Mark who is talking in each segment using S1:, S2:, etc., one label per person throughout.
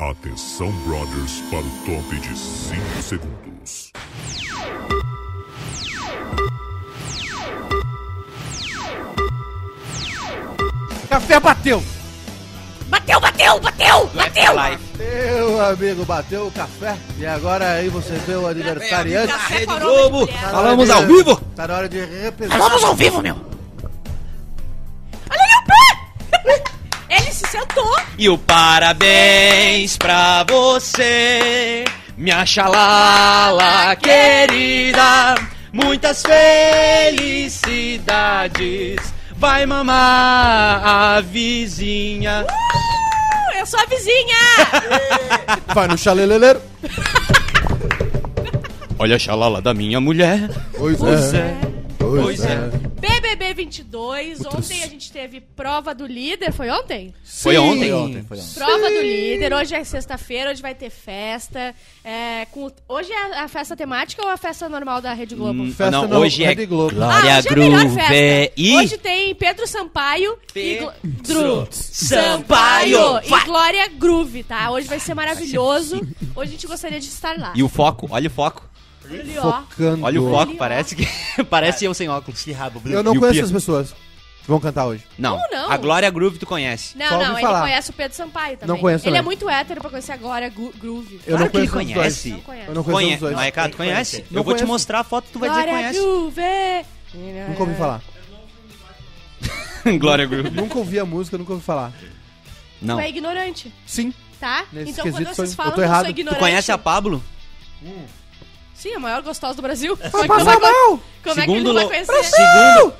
S1: Atenção, brothers, para o top de 5 segundos.
S2: Café bateu!
S3: Bateu, bateu, bateu, bateu!
S2: Meu amigo, bateu o café. E agora aí você vê o aniversariante.
S3: Café
S4: Rede
S3: parou de
S4: É Globo,
S3: mulher.
S4: falamos
S2: Tá na
S4: ao
S2: hora de-
S4: vivo.
S2: Tá na hora de repensar.
S3: Falamos ao vivo, meu! Olha ali o pé! Ele se sentou.
S4: E o parabéns pra você, minha xalala querida. Muitas felicidades. Vai mamar a vizinha.
S3: Uh, eu sou a vizinha!
S2: Vai no chaleleleiro.
S4: Olha a xalala da minha mulher.
S2: Pois
S4: Pois é, pois é.
S3: BBB 22, ontem a gente teve prova do líder, foi ontem?
S4: Foi ontem.
S2: foi ontem.
S3: Prova do líder, hoje é sexta-feira, hoje vai ter festa. É, com- hoje é a festa temática ou a festa normal da Rede Globo?
S4: Hum,
S2: Festa
S4: não,
S2: no
S4: hoje é
S2: Rede Globo.
S4: Glória
S3: hoje é a melhor
S4: Groove
S3: festa.
S4: e-
S3: Hoje tem Pedro Sampaio e Glo- Dru-
S4: Sampaio.
S3: e Glória Groove, tá? Hoje vai ser maravilhoso. Hoje a gente gostaria de estar lá.
S4: E o foco, olha o foco.
S3: Olha ali, ó.
S2: Focando.
S4: Olha o
S3: Olha,
S4: foco,
S3: ó.
S4: parece que parece eu sem óculos. Que rabo
S2: Eu não conheço as pessoas que vão cantar hoje.
S4: Não.
S3: Como não?
S4: A Glória Groove tu conhece.
S3: Não,
S2: Só ouvi
S3: não, ele
S2: falar.
S3: conhece o Pedro Sampaio também.
S2: Não conheço
S3: ele é
S2: também.
S3: muito hétero pra conhecer a Glória Gu- Groove.
S2: Eu
S4: Claro
S2: não
S4: que ele
S2: conheço os
S4: conhece.
S2: dois.
S3: Não conhece.
S2: Eu não conheço
S4: Conhe... é
S2: os dois.
S4: Mas, cara, tu conhece?
S2: Não
S4: eu vou te
S2: conheço.
S4: mostrar a foto tu vai dizer que
S3: Glória
S4: conhece.
S3: Groove!
S2: Nunca ouvi falar.
S4: Glória Groove.
S2: Nunca ouvi a música, nunca ouvi falar.
S4: Não.
S3: Tu é ignorante,
S2: Sim.
S3: tá?
S2: Nesse
S3: então
S2: quesito,
S3: quando vocês
S2: sou-
S3: falam
S2: eu tô
S3: que eu
S2: errado.
S3: sou
S2: Tu
S3: ignorante...
S4: Tu conhece a Pablo?
S3: Sim, a maior gostosa do Brasil. Como, é que
S2: Passa
S3: ele vai-
S2: mal!
S3: como é que ele não vai
S4: lo-
S3: conhecer?
S4: Segundo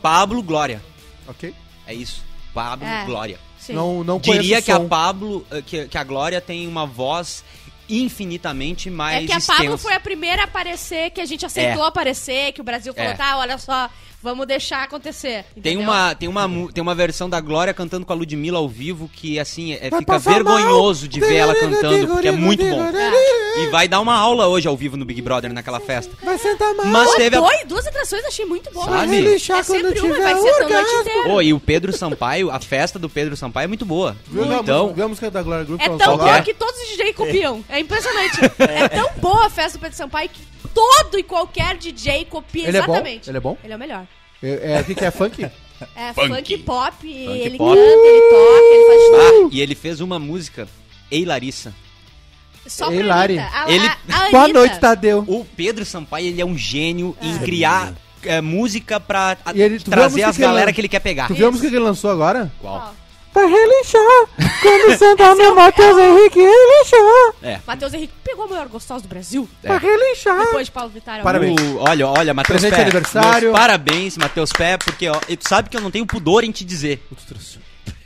S4: Pablo Glória.
S2: Ok.
S4: É isso. Pablo
S3: É.
S4: Glória.
S3: Sim.
S2: Não, não conheço
S4: Diria
S2: o
S4: que a
S2: som.
S4: Pablo, eh, que, que a Glória tem uma voz infinitamente mais
S3: É que a
S4: extensa.
S3: Pablo foi a primeira a aparecer, que a gente aceitou
S4: É.
S3: aparecer, que o Brasil falou,
S4: É.
S3: tá, olha só, vamos deixar acontecer.
S4: Tem
S3: entendeu?
S4: uma, tem, uma, mu- tem uma versão da Glória cantando com a Ludmilla ao vivo que, assim, é,
S2: Vai
S4: fica
S2: passar
S4: vergonhoso
S2: mal.
S4: de ver ela
S2: Digo, digo,
S4: cantando, porque é
S2: digo,
S4: muito
S2: digo,
S4: bom.
S2: digo.
S4: E vai dar uma aula hoje ao vivo no Big Brother, naquela festa.
S2: Vai sentar mal.
S4: É. Mas
S3: Pô,
S4: teve a...
S3: dois- duas atrações, achei muito bom.
S4: Sabe?
S3: né?
S2: Relaxar
S3: É sempre
S2: quando
S3: uma, vai ser
S2: tiver
S3: tão noite
S2: orgasmo.
S3: inteira.
S4: Pô, e o Pedro Sampaio, a festa do Pedro Sampaio é muito boa.
S2: Viu a música-
S4: Então,
S2: viu a música da Glória Group?
S3: É tão
S4: Qual que
S3: boa
S4: é?
S3: que todos os DJ copiam. É impressionante. É tão boa a festa do Pedro Sampaio que todo e qualquer DJ copia
S2: Ele é bom?
S3: exatamente.
S2: Ele é bom?
S3: Ele é o melhor.
S2: É, é, o que, que é funk?
S3: É
S1: Funk.
S3: funk, pop, ele
S4: pop.
S3: canta, ele toca, ele faz tudo.
S4: ah, e ele fez uma música, Ei Larissa.
S3: Só
S2: Ei,
S3: pra
S2: Lari.
S3: Anitta. A,
S4: Ele-
S3: a, a
S2: Boa
S3: Anitta.
S2: noite, tá- Tadeu.
S4: O Pedro Sampaio, ele é um gênio em criar eh, música pra a-
S2: E ele- tu viu a
S4: trazer
S2: música
S4: as
S2: que ele
S4: galera
S2: lan-
S4: que ele quer pegar.
S2: Tu viu a música que ele lançou agora?
S4: Qual?
S2: Vai relinchar. Quando sentar
S3: é
S2: meu Matheus Henrique, relinchar.
S4: É.
S3: Matheus Henrique pegou a maior gostosa do Brasil.
S2: É.
S4: Vai
S2: relinchar.
S3: Depois de Paulo Vittar. é o
S2: Ah. Parabéns.
S4: O- olha, olha, Matheus
S2: Presente
S4: Pé.
S2: de aniversário.
S4: meus parabéns, Matheus Pé, porque ó, e tu sabe que eu não tenho pudor em te dizer.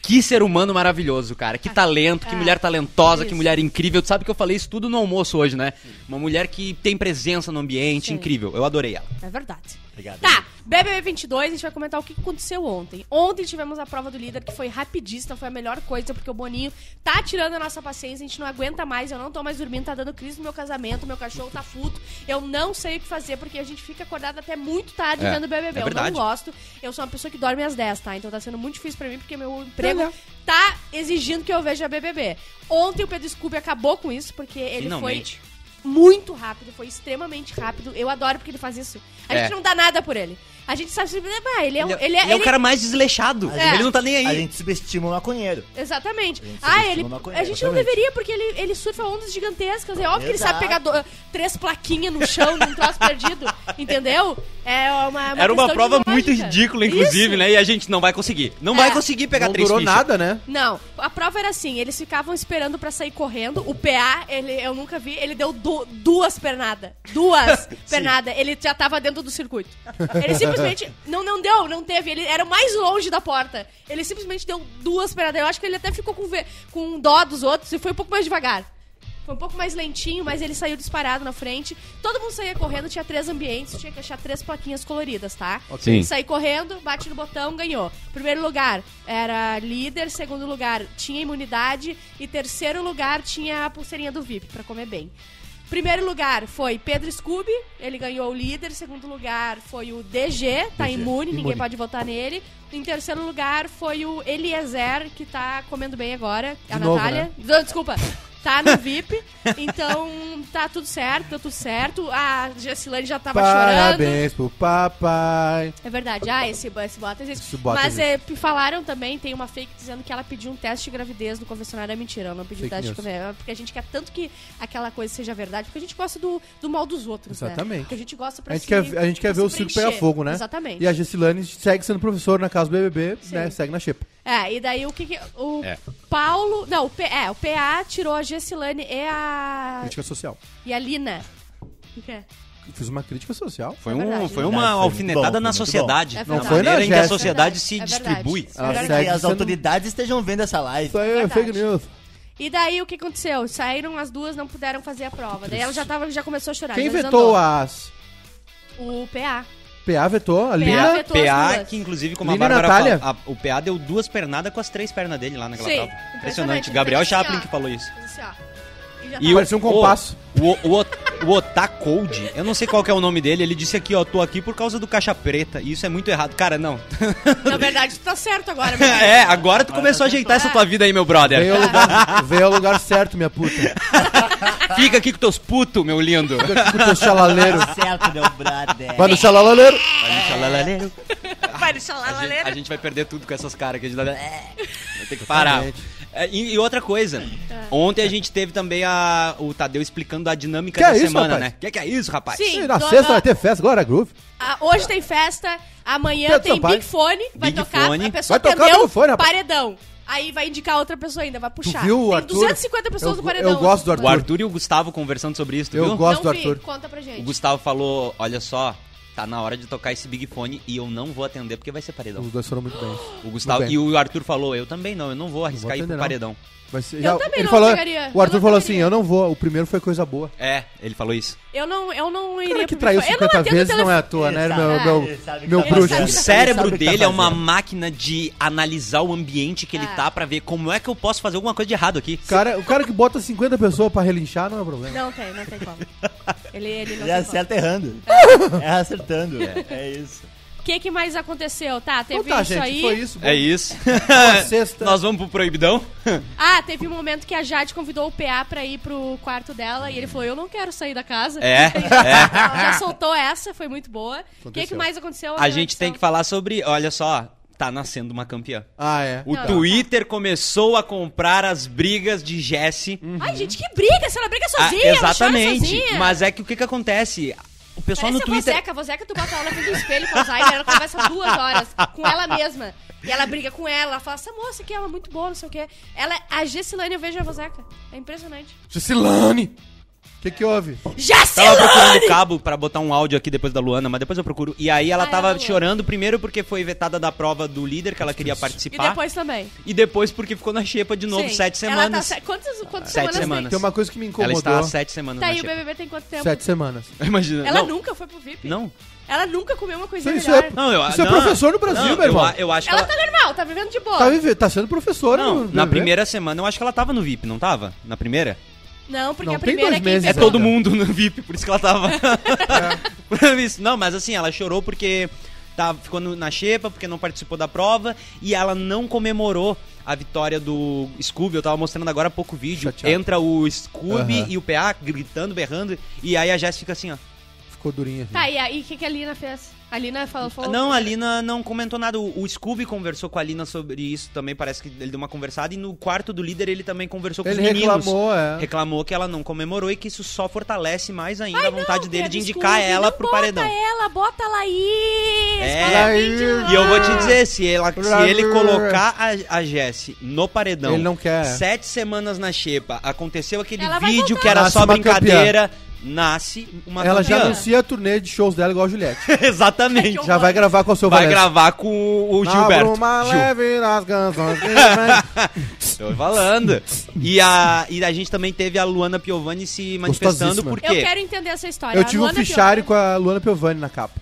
S4: Que ser humano maravilhoso, cara. Que talento, que
S3: ah,
S4: mulher talentosa, que
S3: isso.
S4: mulher incrível. Tu sabe que eu falei isso tudo no almoço hoje, né? Uma mulher que tem presença no ambiente, incrível. Eu adorei ela.
S3: É verdade. Obrigado. Tá, BBB 22, a gente vai comentar o que aconteceu ontem. Ontem tivemos a prova do líder, que foi rapidista, foi a melhor coisa, porque o Boninho tá tirando a nossa paciência, a gente não aguenta mais, eu não tô mais dormindo, tá dando crise no meu casamento, meu cachorro tá futo, eu não sei o que fazer, porque a gente fica acordado até muito tarde
S4: É,
S3: vendo BBB.
S4: é
S3: eu não
S4: verdade.
S3: gosto, eu sou uma pessoa que dorme às 10, tá? Então tá sendo muito difícil pra mim, porque meu emprego
S4: é.
S3: tá exigindo que eu veja BBB. Ontem o Pedro Scooby acabou com isso, porque ele foi
S4: Finalmente.
S3: muito rápido, foi extremamente rápido. Eu adoro porque ele faz isso. A
S4: É.
S3: gente não dá nada por ele. A gente sabe se ah, ele é um,
S4: Ele,
S3: ele,
S4: é,
S3: é,
S4: ele é o
S3: ele-
S4: cara mais desleixado.
S3: É.
S4: Ele não tá nem
S5: A
S4: aí.
S5: gente subestima o maconheiro.
S3: Exatamente.
S5: gente
S3: ah,
S5: subestima
S3: ele.
S5: uma coisa,
S3: A gente não
S5: exatamente.
S3: deveria, porque ele, ele surfa ondas gigantescas. É óbvio que ele
S5: Exato.
S3: sabe pegar do- três plaquinhas no chão, num troço perdido. Entendeu? É uma. uma
S4: Era uma
S3: questão de
S4: prova muito
S3: lógica.
S4: ridícula, inclusive,
S3: Isso.
S4: né? E a gente não vai conseguir. Não
S3: É.
S4: vai conseguir pegar
S2: Não
S4: três
S2: durou
S4: fichas.
S2: nada, né?
S3: Não, a prova era assim, eles ficavam esperando pra sair correndo. O PA, ele, eu nunca vi, ele deu du- duas pernadas. Duas pernadas. Ele já tava dentro do circuito. Ele simplesmente. Não, não deu, não teve. Ele era o mais longe da porta. Ele simplesmente deu duas pernadas. Eu acho que ele até ficou com, ve- com dó dos outros e foi um pouco mais devagar. Foi um pouco mais lentinho, mas ele saiu disparado na frente. Todo mundo saía correndo, tinha três ambientes, tinha que achar três plaquinhas coloridas, tá?
S4: Ok.
S3: Saí correndo, bate no botão, ganhou. Primeiro lugar era líder, segundo lugar tinha imunidade e terceiro lugar tinha a pulseirinha do VIP pra comer bem. Primeiro lugar foi Pedro Scooby, ele ganhou o líder. Segundo lugar foi o DG, tá imune, ninguém pode votar nele. Em terceiro lugar foi o Eliezer, que tá comendo bem agora. a
S2: De novo, né?
S3: Natália. Não, Desculpa. Tá no VIP, então tá tudo certo, tá tudo certo. A Gessilane já tava chorando.
S2: Parabéns pro papai.
S3: É verdade. Ah, esse, esse bota existe.
S2: Esse bota
S3: Mas é, falaram também, tem uma fake dizendo que ela pediu um teste de gravidez no confessionário. É mentira, ela não pediu
S2: Fake
S3: teste
S2: news.
S3: de gravidez. Porque a gente quer tanto que aquela coisa seja verdade, porque a gente gosta do, do mal dos outros, né?
S2: Exatamente.
S3: Porque a gente gosta pra
S2: A gente,
S3: se-
S2: quer, a gente
S3: pra
S2: quer ver
S3: se
S2: o circo
S3: preencher.
S2: pegar fogo, né?
S3: Exatamente.
S2: E a Gessilane segue sendo professora na casa do BBB, né? Segue na xepa.
S3: É, e daí o que que... O
S4: É.
S3: Paulo... Não, o, P- é, o PA tirou a Gessilane e a...
S2: Crítica social.
S3: E a Lina. O que é?
S2: Fiz uma crítica social.
S4: Foi,
S3: É verdade,
S4: um, foi
S3: né?
S4: uma
S5: Foi muito bom,
S4: alfinetada
S5: foi
S4: na
S5: muito
S4: sociedade.
S3: bom. É
S4: na
S3: verdade.
S4: maneira
S2: Foi na
S4: em que a
S2: Jéssica.
S4: sociedade
S3: É
S4: se
S3: verdade.
S4: distribui.
S3: É verdade.
S5: Espero que
S2: segue
S5: as
S2: sendo-
S5: autoridades estejam vendo essa live.
S2: Isso aí é
S3: Verdade.
S2: fake news.
S3: E daí o que aconteceu? Saíram as duas, não puderam fazer a prova. Daí ela já, tava, já começou a chorar.
S2: Quem
S3: Tá, já
S2: vetou
S3: desandou.
S2: as...
S3: O PA.
S2: PA vetou? A
S3: PA
S2: Lina?
S3: vetou. Todas
S4: PA,
S3: duas.
S4: que inclusive, como
S2: Lina
S4: a
S2: e
S4: Bárbara
S2: Natália?
S4: fala, a- o PA deu duas pernadas com as três pernas dele lá naquela
S3: Sim,
S4: prova.
S3: impressionante.
S4: Impressionante. Gabriel
S3: Assim, ó.
S4: Chaplin que falou isso.
S3: Fez assim, ó. E já
S4: E
S3: tá-
S2: Parecia um compasso.
S4: O, o, o, Ot- o Otakold, eu não sei qual que é o nome dele, ele disse aqui, ó, tô aqui por causa do caixa preta, e isso é muito errado. Cara, não.
S3: Na verdade, tu tá certo agora. meu
S4: é,
S3: filho.
S4: agora tu começou a ajeitar essa tua vida aí, meu
S2: Veio
S4: brother.
S2: ao, lugar, veio ao lugar certo, minha puta.
S4: Fica aqui com teus putos, meu lindo.
S2: Fica aqui com o teu chalaleiro.
S5: Tá certo, meu brother.
S2: Vai no chalaleiro.
S3: Vai deixar lá,
S4: A gente,
S3: galera.
S4: a gente vai perder tudo com essas caras que a gente dá. É, vai ter que parar. É, e, e outra coisa,
S3: É.
S4: ontem a gente teve também a, o Tadeu explicando a dinâmica
S2: Que
S4: da
S2: é isso,
S4: semana,
S2: rapaz?
S4: né? Que que é isso, rapaz?
S3: Sim.
S2: E na
S3: dona-
S2: sexta vai ter festa agora, Groove.
S3: Ah, hoje tem festa, amanhã
S2: Pedro
S3: tem
S2: Sampaio.
S3: Big Fone, vai
S4: Big
S3: tocar,
S4: Fone.
S3: a pessoa
S2: Vai tocar
S3: entendeu,
S2: Big Fone, rapaz.
S3: paredão. Aí vai indicar outra pessoa ainda, vai puxar.
S2: viu o
S3: tem
S2: Arthur?
S3: 250 pessoas no
S2: Eu-
S3: paredão.
S2: eu gosto do
S4: O
S2: Arthur.
S4: Arthur e o Gustavo conversando sobre isso, tu
S2: Eu
S4: viu?
S2: gosto do
S3: Não vi,
S2: Arthur.
S3: conta pra gente.
S4: O Gustavo falou, olha só, tá na hora de tocar esse Big Fone e eu não vou atender porque vai ser paredão.
S2: Os dois foram muito bem.
S4: O Gustavo
S2: bem.
S4: e o Arthur falou, eu também não, eu não vou arriscar ir
S2: atender,
S4: pro
S2: não.
S4: paredão.
S2: Vai ser-
S3: Eu
S2: já-
S3: também
S2: ele
S3: não
S2: falou,
S3: pegaria.
S2: O Arthur
S3: Eu não
S2: falou assim,
S3: pegaria.
S2: eu não vou. O primeiro foi coisa boa.
S4: É, ele falou isso.
S3: Eu não, eu não iria
S2: Cara é que
S3: pro Big
S2: traiu
S3: Fone. Eu não
S2: 50
S3: atendo o
S2: vezes não é à
S3: telefone.
S2: toa, né?
S5: Ele
S2: Meu,
S3: sabe.
S2: meu,
S5: Ele sabe que
S2: meu
S5: tá
S2: bruxo.
S4: O
S5: fazendo. Ele sabe
S4: cérebro
S5: o que tá
S4: dele é uma
S5: fazendo.
S4: máquina de analisar o ambiente que ele
S3: É.
S4: tá pra ver como é que eu posso fazer alguma coisa de errado aqui.
S2: Cara, o cara que bota 50 pessoas pra relinchar não é problema.
S3: Não tem, não tem como. Ele, ele não
S5: Ele
S3: tem como.
S5: acerta errando. Erra acertando. É isso.
S3: O que, que mais aconteceu? Tá, teve
S2: Então tá,
S3: isso
S2: gente,
S3: aí.
S2: foi isso.
S4: É isso.
S2: Boa sexta.
S4: Nós vamos pro proibidão?
S3: Ah, teve um momento que a Jade convidou o PA pra ir pro quarto dela e ele falou: Eu não quero sair da casa. Então,
S4: É, é.
S3: Ela já soltou essa, foi muito boa. O que, que
S2: Aconteceu.
S3: mais aconteceu?
S4: A gente tem que falar sobre, olha só, tá nascendo uma campeã.
S2: Ah, é.
S4: O
S3: Não, não.
S4: Twitter começou a comprar as brigas de Jesse.
S3: Ai, gente, que briga! Se ela briga
S4: Ah,
S3: sozinha, ela chora
S4: exatamente.
S3: sozinha.
S4: Mas é que o que que acontece? O pessoal
S3: Parece
S4: no
S3: a
S4: Twitter.
S3: Vozeca. A Vozeca, tu bota ela frente do espelho com Alzheimer, ela conversa duas horas com ela mesma. E ela briga com ela, ela fala, essa moça aqui, ela é muito boa, não sei o quê. Ela, a Gessilane, eu vejo a Vozeca. É impressionante.
S2: Jusilane! O que que houve?
S4: Tava
S3: Gessilane!
S4: procurando cabo pra botar um áudio aqui depois da Luana, mas depois eu procuro. E aí ela
S3: Ah, é
S4: tava
S3: a Luana.
S4: chorando primeiro porque foi vetada da prova do líder que ela queria
S3: E
S4: participar.
S3: depois também.
S4: E depois porque ficou na xepa de novo
S3: Sim.
S4: sete
S3: Ela Tá,
S4: semanas.
S3: se- quantas quantas
S4: Sete
S3: semanas,
S4: semanas.
S2: Tem uma coisa que me
S4: Ela
S2: incomodou.
S4: está há sete semanas
S3: tem? Tá,
S4: na
S3: e o
S4: xepa.
S3: BBB tem quanto tempo?
S2: Sete semanas.
S4: Imagina.
S3: Ela
S4: não.
S3: nunca foi pro VIP.
S4: Não.
S3: Ela nunca comeu uma
S2: Isso,
S3: coisinha
S2: isso é,
S3: melhor.
S4: Não, eu-
S2: isso é
S4: não.
S2: professor no Brasil,
S4: Não,
S2: meu irmão.
S4: Eu, eu acho
S3: Ela
S4: que
S3: tá normal, tá vivendo de boa.
S2: Tá, vive- tá sendo professora. né?
S4: Não,
S2: no
S4: na
S2: BBB.
S4: primeira semana eu acho que ela tava no VIP, não tava? Na primeira?
S3: Não, porque
S2: Não,
S3: a
S2: tem
S3: primeira
S2: dois
S3: é quem
S2: meses
S4: É
S2: Exato.
S3: pegou.
S4: todo mundo no VIP, por isso que ela tava. É. Por isso. Não, mas assim, ela chorou porque tava, ficou no- na xepa, porque não participou da prova e ela não comemorou a vitória do Scooby. Eu tava mostrando agora há pouco o vídeo.
S2: Chateado.
S4: Entra o Scooby
S2: Aham.
S4: e o PA gritando, berrando, e aí a Jess fica assim, ó.
S2: Ficou durinha. gente.
S3: Tá, e aí, o que, que a Lina fez? A Lina falou... falou
S4: Não, a Lina não comentou nada. O, o Scooby conversou com a Lina sobre isso também. Parece que ele deu uma conversada. E no quarto do líder ele também conversou com
S2: Ele
S4: os meninos.
S2: reclamou, é.
S4: Reclamou que ela não comemorou e que isso só fortalece mais ainda a
S3: Ai,
S4: vontade
S3: não,
S4: dele
S3: Pedro,
S4: de indicar
S3: desculpe,
S4: ela
S3: não
S4: pro paredão.
S3: Bota ela, bota a Laís.
S4: É.
S3: bota a Cindy
S2: Laís.
S3: lá.
S4: E eu vou te dizer, se, ela- se ele colocar a, a Jessie no paredão,
S2: Ele não quer.
S4: sete semanas na xepa, aconteceu aquele
S3: Ela vai
S4: vídeo
S3: voltar.
S4: que era
S2: Nasce
S4: só
S2: uma campeã.
S4: brincadeira, nasce uma
S2: Ela já
S4: campeã.
S2: anuncia a turnê de shows dela igual a Juliette.
S4: Exatamente.
S2: Já vai gravar com o seu
S4: Então Vai
S2: Valença.
S4: gravar com o- o Gilberto.
S2: Abra uma
S4: Gil.
S2: leve nas canções. que vem.
S4: Tô falando. E a, e a gente também teve a Luana Piovani se manifestando,
S2: Gostosíssima.
S4: porque
S3: Eu quero entender essa história.
S2: Eu um
S3: A
S2: tive um
S3: Luana
S2: fichário
S3: Piovani-
S2: com a Luana Piovani na capa.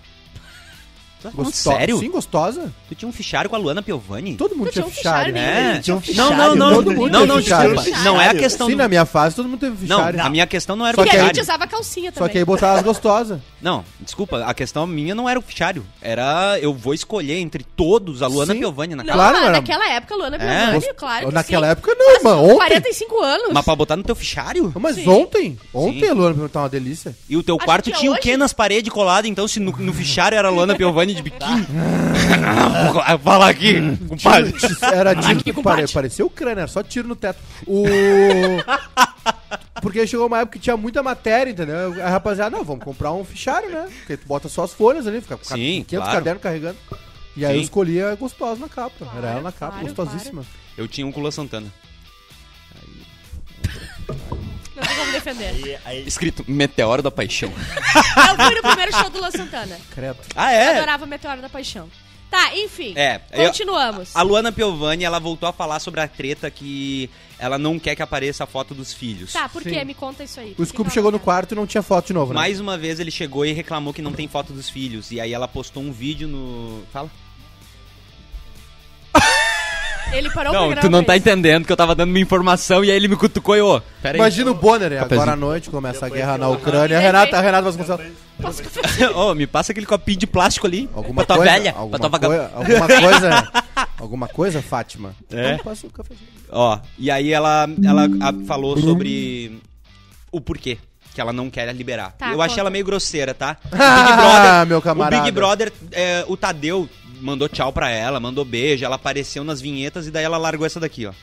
S4: Tu tá falando
S2: Gosto-
S4: sério?
S2: Sim, gostosa?
S4: Tu tinha um fichário com a Luana Piovani?
S2: Todo mundo
S3: Tu
S2: tinha
S3: tinha um fichário,
S2: fichário. né?
S4: É.
S5: Ele tinha um
S4: não,
S5: fichário,
S4: não, não,
S2: todo
S4: não, não,
S2: mundo tinha um
S4: não,
S2: fichário.
S4: desculpa, não é a questão
S2: Sim,
S4: do...
S2: na minha fase todo mundo teve
S4: Não,
S2: fichário.
S4: a minha questão não era
S2: Só
S4: o
S2: que
S3: Porque a
S4: fichário.
S3: gente usava calcinha
S2: Só
S3: também.
S2: que aí botava as gostosas.
S4: Não, desculpa, a questão minha não era o fichário. Era eu vou escolher entre todos a Luana
S2: Sim.
S4: Piovani na
S3: Não,
S2: Claro,
S3: mas
S2: era-
S3: naquela época, Luana
S4: É.
S3: Piovani, claro que
S2: Naquela
S3: sim.
S2: época não, irmã. Ontem.
S3: 45 anos.
S4: Mas pra botar no teu fichário?
S2: Mas
S3: Sim.
S2: ontem, ontem
S4: Sim.
S2: a Luana perguntou uma delícia.
S4: E o teu
S3: Acho
S4: quarto
S3: que é
S4: tinha o
S3: hoje.
S4: quê nas paredes colado, então, se no, no fichário era a Luana Piovani de biquíni? Fala aqui, compadre.
S2: Era tiro
S3: que
S2: que pare,
S3: combate.
S2: parecia Ucrânia, era só tiro no teto. O. Porque chegou uma época que tinha muita matéria, entendeu? A rapaziada, não, vamos comprar um fichário, né? Porque tu bota só as folhas ali, fica com
S4: Sim,
S2: 500
S4: claro.
S2: cadernos carregando. E aí
S4: Sim.
S2: eu escolhi a gostosa na capa. era ela na capa,
S3: claro,
S2: gostosíssima.
S4: Eu tinha um com o Lua Santana.
S3: Não tem como defender.
S5: E aí-
S4: Escrito Meteoro da Paixão.
S3: Eu fui no primeiro show do Luan Santana.
S2: Credo.
S4: Ah,
S3: Eu
S4: é?
S3: adorava Meteoro da Paixão. Tá, enfim.
S4: É, eu-
S3: Continuamos.
S4: A Luana Piovani, ela voltou a falar sobre a treta que ela não quer que apareça a foto dos filhos.
S3: Tá, por quê?
S2: Sim.
S3: Me conta isso aí. Por
S2: O
S3: que
S2: Scooby
S3: que
S2: chegou
S3: ela
S2: no quarto e não tinha foto de novo, né?
S4: Mais uma vez ele chegou e reclamou que não tem foto dos filhos. E aí ela postou um vídeo no. Fala.
S3: quer? Ele parou o
S4: Não,
S3: programa
S4: tu não
S3: pra
S4: tá
S3: isso.
S4: entendendo que eu tava dando minha informação e aí ele me cutucou e ô. Pera aí.
S2: Imagina o Bonner, né?
S4: Capezinho.
S2: agora à noite começa a
S5: Depois
S2: guerra
S5: que
S2: na
S5: eu-
S2: Ucrânia. A
S3: Depois-
S2: Renata, a Renata Vasconcelos.
S3: Posso
S4: Ô, me passa aquele copinho de plástico ali. pra
S2: Alguma
S4: tua
S2: coisa,
S4: velha.
S2: alguma
S4: Pra tua vagabunda.
S2: coi- alguma coisa, alguma coisa, Fátima.
S4: É?
S2: Então passa o cafezinho.
S4: Ó, e aí ela, ela a- falou sobre o porquê que ela não quer liberar.
S3: Tá,
S4: eu achei
S3: conta.
S4: ela meio grosseira, tá? O Big
S2: Ah,
S4: Brother,
S2: meu camarada.
S4: O Big Brother, é, o Tadeu mandou tchau pra ela, mandou beijo, ela apareceu nas vinhetas e daí ela largou essa daqui, ó.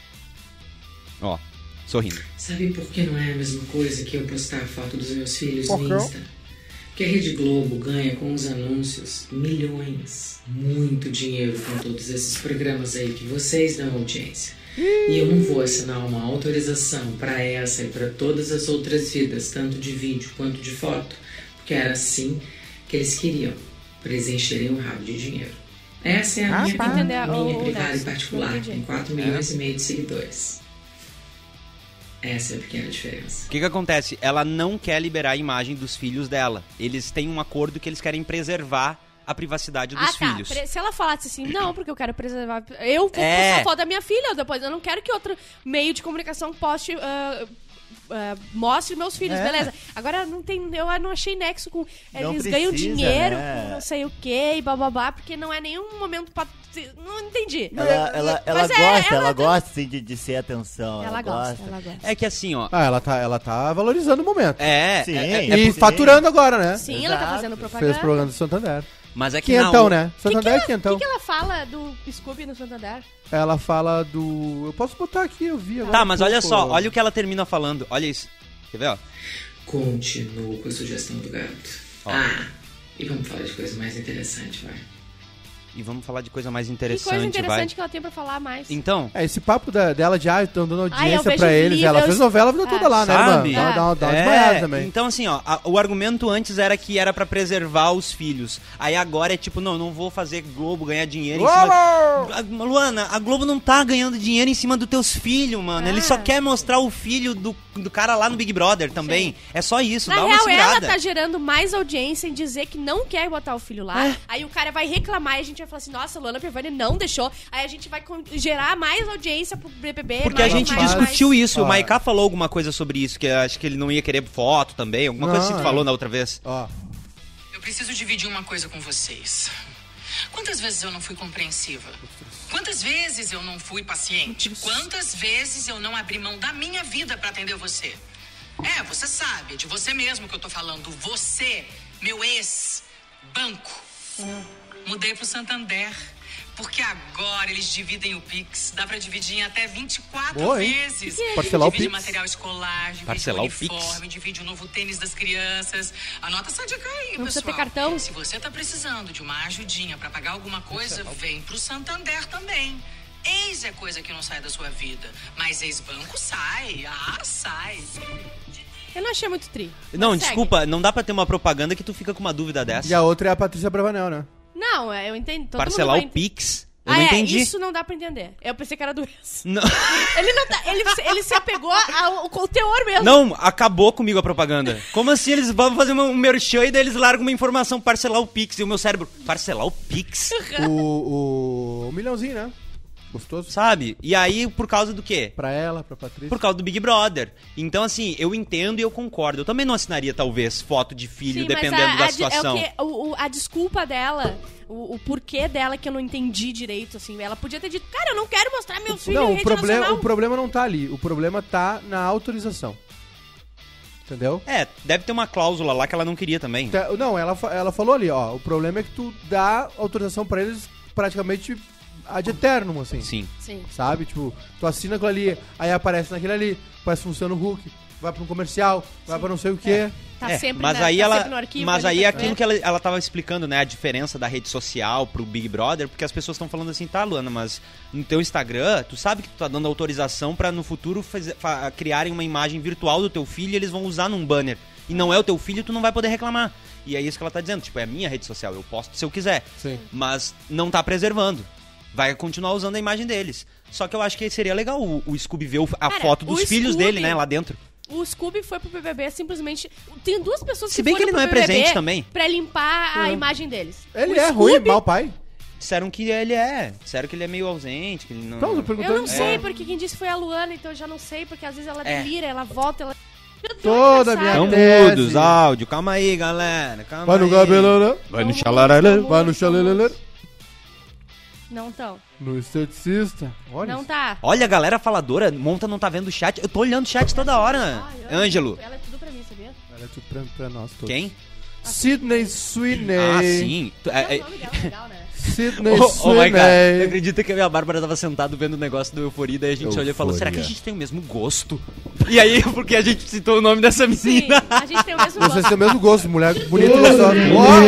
S4: Ó, sorrindo.
S6: Sabe por que não é a mesma coisa que eu postar a foto dos meus filhos
S2: Por quê?
S6: no Insta? Porque a Rede Globo ganha com os anúncios milhões, muito dinheiro com todos esses programas aí que vocês dão audiência. E eu não vou assinar uma autorização para essa e para todas as outras vidas, tanto de vídeo quanto de foto, porque era assim que eles queriam, para eles encherem o rabo de dinheiro. Essa é a
S2: Ah,
S6: minha,
S2: tá.
S3: pá. Entender a-
S6: minha
S3: o- o
S6: privada e
S3: Nelson. Não
S6: particular,
S3: entendi.
S6: com 4 milhões e meio de seguidores. Essa é a pequena diferença.
S4: O que, que acontece? Ela não quer liberar a imagem dos filhos dela. Eles têm um acordo que eles querem preservar a privacidade dos
S3: Ah, tá.
S4: filhos.
S3: Pre- Se ela falasse assim, não, porque eu quero preservar. Eu vou
S4: É.
S3: postar foto da minha filha depois. Eu não quero que outro meio de comunicação poste. ah, ah, mostre meus filhos,
S4: É.
S3: beleza. Agora não tem. Eu não achei nexo com. Eles
S5: Não
S3: ganham
S5: precisa,
S3: dinheiro
S5: né?
S3: com não sei o que e bababá, porque não é nenhum momento pra. Não entendi.
S5: Ela, ela, ela
S3: Mas é,
S5: gosta, ela,
S3: ela-
S5: gosta assim, de, de ser atenção.
S3: Ela gosta, ela gosta.
S4: É que assim, ó.
S2: Ah, ela tá, ela tá valorizando o momento.
S4: É,
S5: Sim.
S4: é, é-
S2: e
S5: porque-
S2: faturando agora, né?
S3: Sim, ela tá
S5: Exato.
S3: fazendo
S2: Fez
S3: propaganda.
S2: programa do Santander.
S4: mas é que na
S2: Quinhentão,
S4: U-
S2: né?
S3: O que, que,
S2: Santander é
S3: ela-
S2: quinhentão.
S3: que que ela fala do Scooby no Santander?
S2: Ela fala do... Eu posso botar aqui, eu vi agora.
S4: Tá, mas olha
S2: Pô,
S4: só, olha o que ela termina falando. Olha isso. Quer ver, ó?
S6: Continuo com a sugestão do gato. Ah, e vamos falar de coisa mais interessante, vai.
S4: E vamos falar de coisa mais
S3: Que
S4: interessante,
S3: coisa interessante
S4: vai.
S3: que ela tem pra falar mais.
S4: Então,
S2: É, esse papo da- dela de, ah, estão dando
S3: Ai, eu
S2: audiência
S3: vejo
S2: pra eles.
S3: livro,
S2: ela
S3: eu
S2: fez
S3: es-
S2: novela a vida toda lá, né,
S4: sabe?
S2: irmã? Dá, dá, dá uma
S4: É,
S2: desmaiada também.
S4: Então, assim, ó, a- o argumento antes era que era pra preservar os filhos. Aí agora é tipo, não, não vou fazer Globo ganhar dinheiro em cima. A- Luana, a Globo não tá ganhando dinheiro em cima dos teus filhos, mano.
S3: Ah.
S4: Ele só quer mostrar o filho do, do cara lá no Big Brother também. É só isso,
S3: Na
S4: dá uma
S3: real, ela
S4: segurada.
S3: tá gerando mais audiência em dizer que não quer botar o filho lá.
S4: É.
S3: Aí o cara vai reclamar e a gente vai falar assim: nossa, Luana Piovani não deixou. Aí a gente vai con- gerar mais audiência pro BBB.
S4: Porque a
S3: mais,
S4: gente
S3: mais,
S4: discutiu
S3: mais.
S4: isso, o
S2: Ó.
S4: Maiká falou alguma coisa sobre isso, que eu acho que ele não ia querer foto também, alguma coisa
S2: Não,
S4: assim que tu
S2: é.
S4: falou na outra vez.
S2: Ó,
S6: Eu preciso dividir uma coisa com vocês. Quantas vezes eu não fui compreensiva? Quantas vezes eu não fui paciente? Quantas vezes eu não abri mão da minha vida pra atender você? É, você sabe, é de você mesmo que eu tô falando. Você, meu ex, banco. Mudei pro Santander. Porque agora eles dividem o Pix. Dá pra dividir em até 24
S2: Boa, hein?
S6: vezes.
S2: Parcelar o
S6: divide
S2: Pix.
S6: material escolar, divide
S4: Parcelar o
S6: uniforme,
S4: Pix.
S6: divide o um novo tênis das crianças. Anota essa dica aí,
S3: Não precisa
S6: pessoal.
S3: ter cartão?
S6: Se você tá precisando de uma ajudinha pra pagar alguma coisa, vem pro Santander também. Ex é coisa que não sai da sua vida, mas ex-banco sai. Ah, sai.
S3: Eu não achei muito tri.
S4: Não,
S3: Mas segue.
S4: desculpa, não dá pra ter uma propaganda que tu fica com uma dúvida dessa.
S2: e a outra é a Patrícia Bravanel, né?
S3: Não, é, eu entendo. Todo mundo
S4: Parcelar o
S3: vai ent-
S4: Pix Eu
S3: ah,
S4: não
S3: é,
S4: entendi.
S3: isso não dá pra entender. Eu pensei que era doença.
S4: Não,
S3: Ele não tá, ele, se- ele se apegou ao, ao teor mesmo.
S4: não, acabou comigo a propaganda. Como assim eles vão fazer uma- um merchan e daí eles largam uma informação, parcelar o Pix e o meu cérebro, parcelar o Pix?
S2: O, o, o milhãozinho, né? Gostoso.
S4: Sabe? E aí, por causa do quê?
S2: Pra ela, pra Patrícia.
S4: Por causa do Big Brother. Então, assim, eu entendo e eu concordo. Eu também não assinaria, talvez, foto de filho,
S3: Sim, mas
S4: dependendo
S3: a,
S4: da
S3: a de-
S4: situação.
S3: É o que, o- o- a desculpa dela, o, o porquê dela que eu não entendi direito, assim. Ela podia ter dito, cara, eu não quero mostrar meu filho
S2: Não,
S3: em
S2: o
S3: rede
S2: problema,
S3: nacional.
S2: o problema não tá ali. O problema tá na autorização. Entendeu?
S4: É, deve ter uma cláusula lá que ela não queria também.
S2: Tá, Não, ela, fa- ela falou ali, ó. O problema é que tu dá autorização pra eles praticamente ad eternum, assim.
S4: Sim.
S3: Sim.
S2: Sabe? Tipo, tu assina aquilo ali, aí aparece naquele ali, parece funciona o Hulk, vai pra um comercial, vai pra não sei o quê.
S3: Tá
S4: É,
S3: sempre,
S4: mas
S3: na-
S4: aí
S3: tá
S4: ela,
S3: sempre no arquivo.
S4: mas
S3: ali
S4: aí é
S3: pra
S4: aquilo
S3: ver.
S4: que ela, ela tava explicando, né, a diferença da rede social pro Big Brother, porque as pessoas estão falando assim, tá, Luana, mas no teu Instagram, tu sabe que tu tá dando autorização pra no futuro faz- fa- criarem uma imagem virtual do teu filho e eles vão usar num banner. E não é o teu filho, tu não vai poder reclamar. E é isso que ela tá dizendo, tipo, é a minha rede social, eu posto se eu quiser.
S2: Sim.
S4: Mas não tá preservando. Vai continuar usando a imagem deles. Só que eu acho que seria legal o, o Scooby ver o- a
S3: Cara,
S4: foto dos
S3: o
S4: filhos
S3: Scooby-
S4: dele, né, lá dentro.
S3: O Scooby foi pro BBB simplesmente... Tem duas pessoas
S4: Se bem que
S3: foram
S4: ele não
S3: pro
S4: é presente
S3: BBB
S4: também.
S3: Pra limpar a imagem deles.
S2: É. Ele
S3: O
S2: é
S3: Scooby-
S2: ruim, mau pai.
S4: Disseram que ele é. Disseram que ele é meio ausente, que ele não.
S2: Pronto, eu perguntando.
S3: Eu não sei, porque quem disse foi a Luana, então eu já não sei, porque às vezes ela
S4: É.
S3: delira, ela volta, ela... Meu Deus,
S2: Toda
S3: engraçado.
S2: minha
S4: Não
S2: tese.
S4: muda os áudios, calma aí, galera. Calma
S2: Vai no
S4: aí.
S3: tá
S2: cabelo,
S3: Vai no xalaralê,
S2: vai no xalalê,
S3: Não tão.
S2: no esteticista. Olha
S3: Não
S2: isso.
S3: tá.
S4: Olha, a galera faladora, Monta não tá vendo o chat. Eu tô olhando o chat toda hora.
S3: Ai, eu-
S4: Ângelo.
S3: Ela é tudo pra mim, sabia?
S2: Ela é tudo pra, pra nós todos.
S4: Quem?
S2: Sidney Sweeney.
S4: Ah, sim. Tu-
S3: É
S4: É,
S3: o
S4: é-
S3: nome dela, legal, né?
S2: Sidney
S4: Oh, oh my god, tu
S2: Sweeney.
S4: acredita que eu e a Bárbara tava sentado vendo o negócio do Euforia, daí a gente olhou e falou, será
S5: Euforia.
S4: que a gente tem o mesmo gosto? E aí, porque a gente citou o nome dessa
S3: Sim,
S4: menina.
S3: a gente tem o mesmo
S2: Vocês
S3: gosto.
S2: têm o mesmo gosto, mulher bonita e gostosa. Ó,
S4: Calma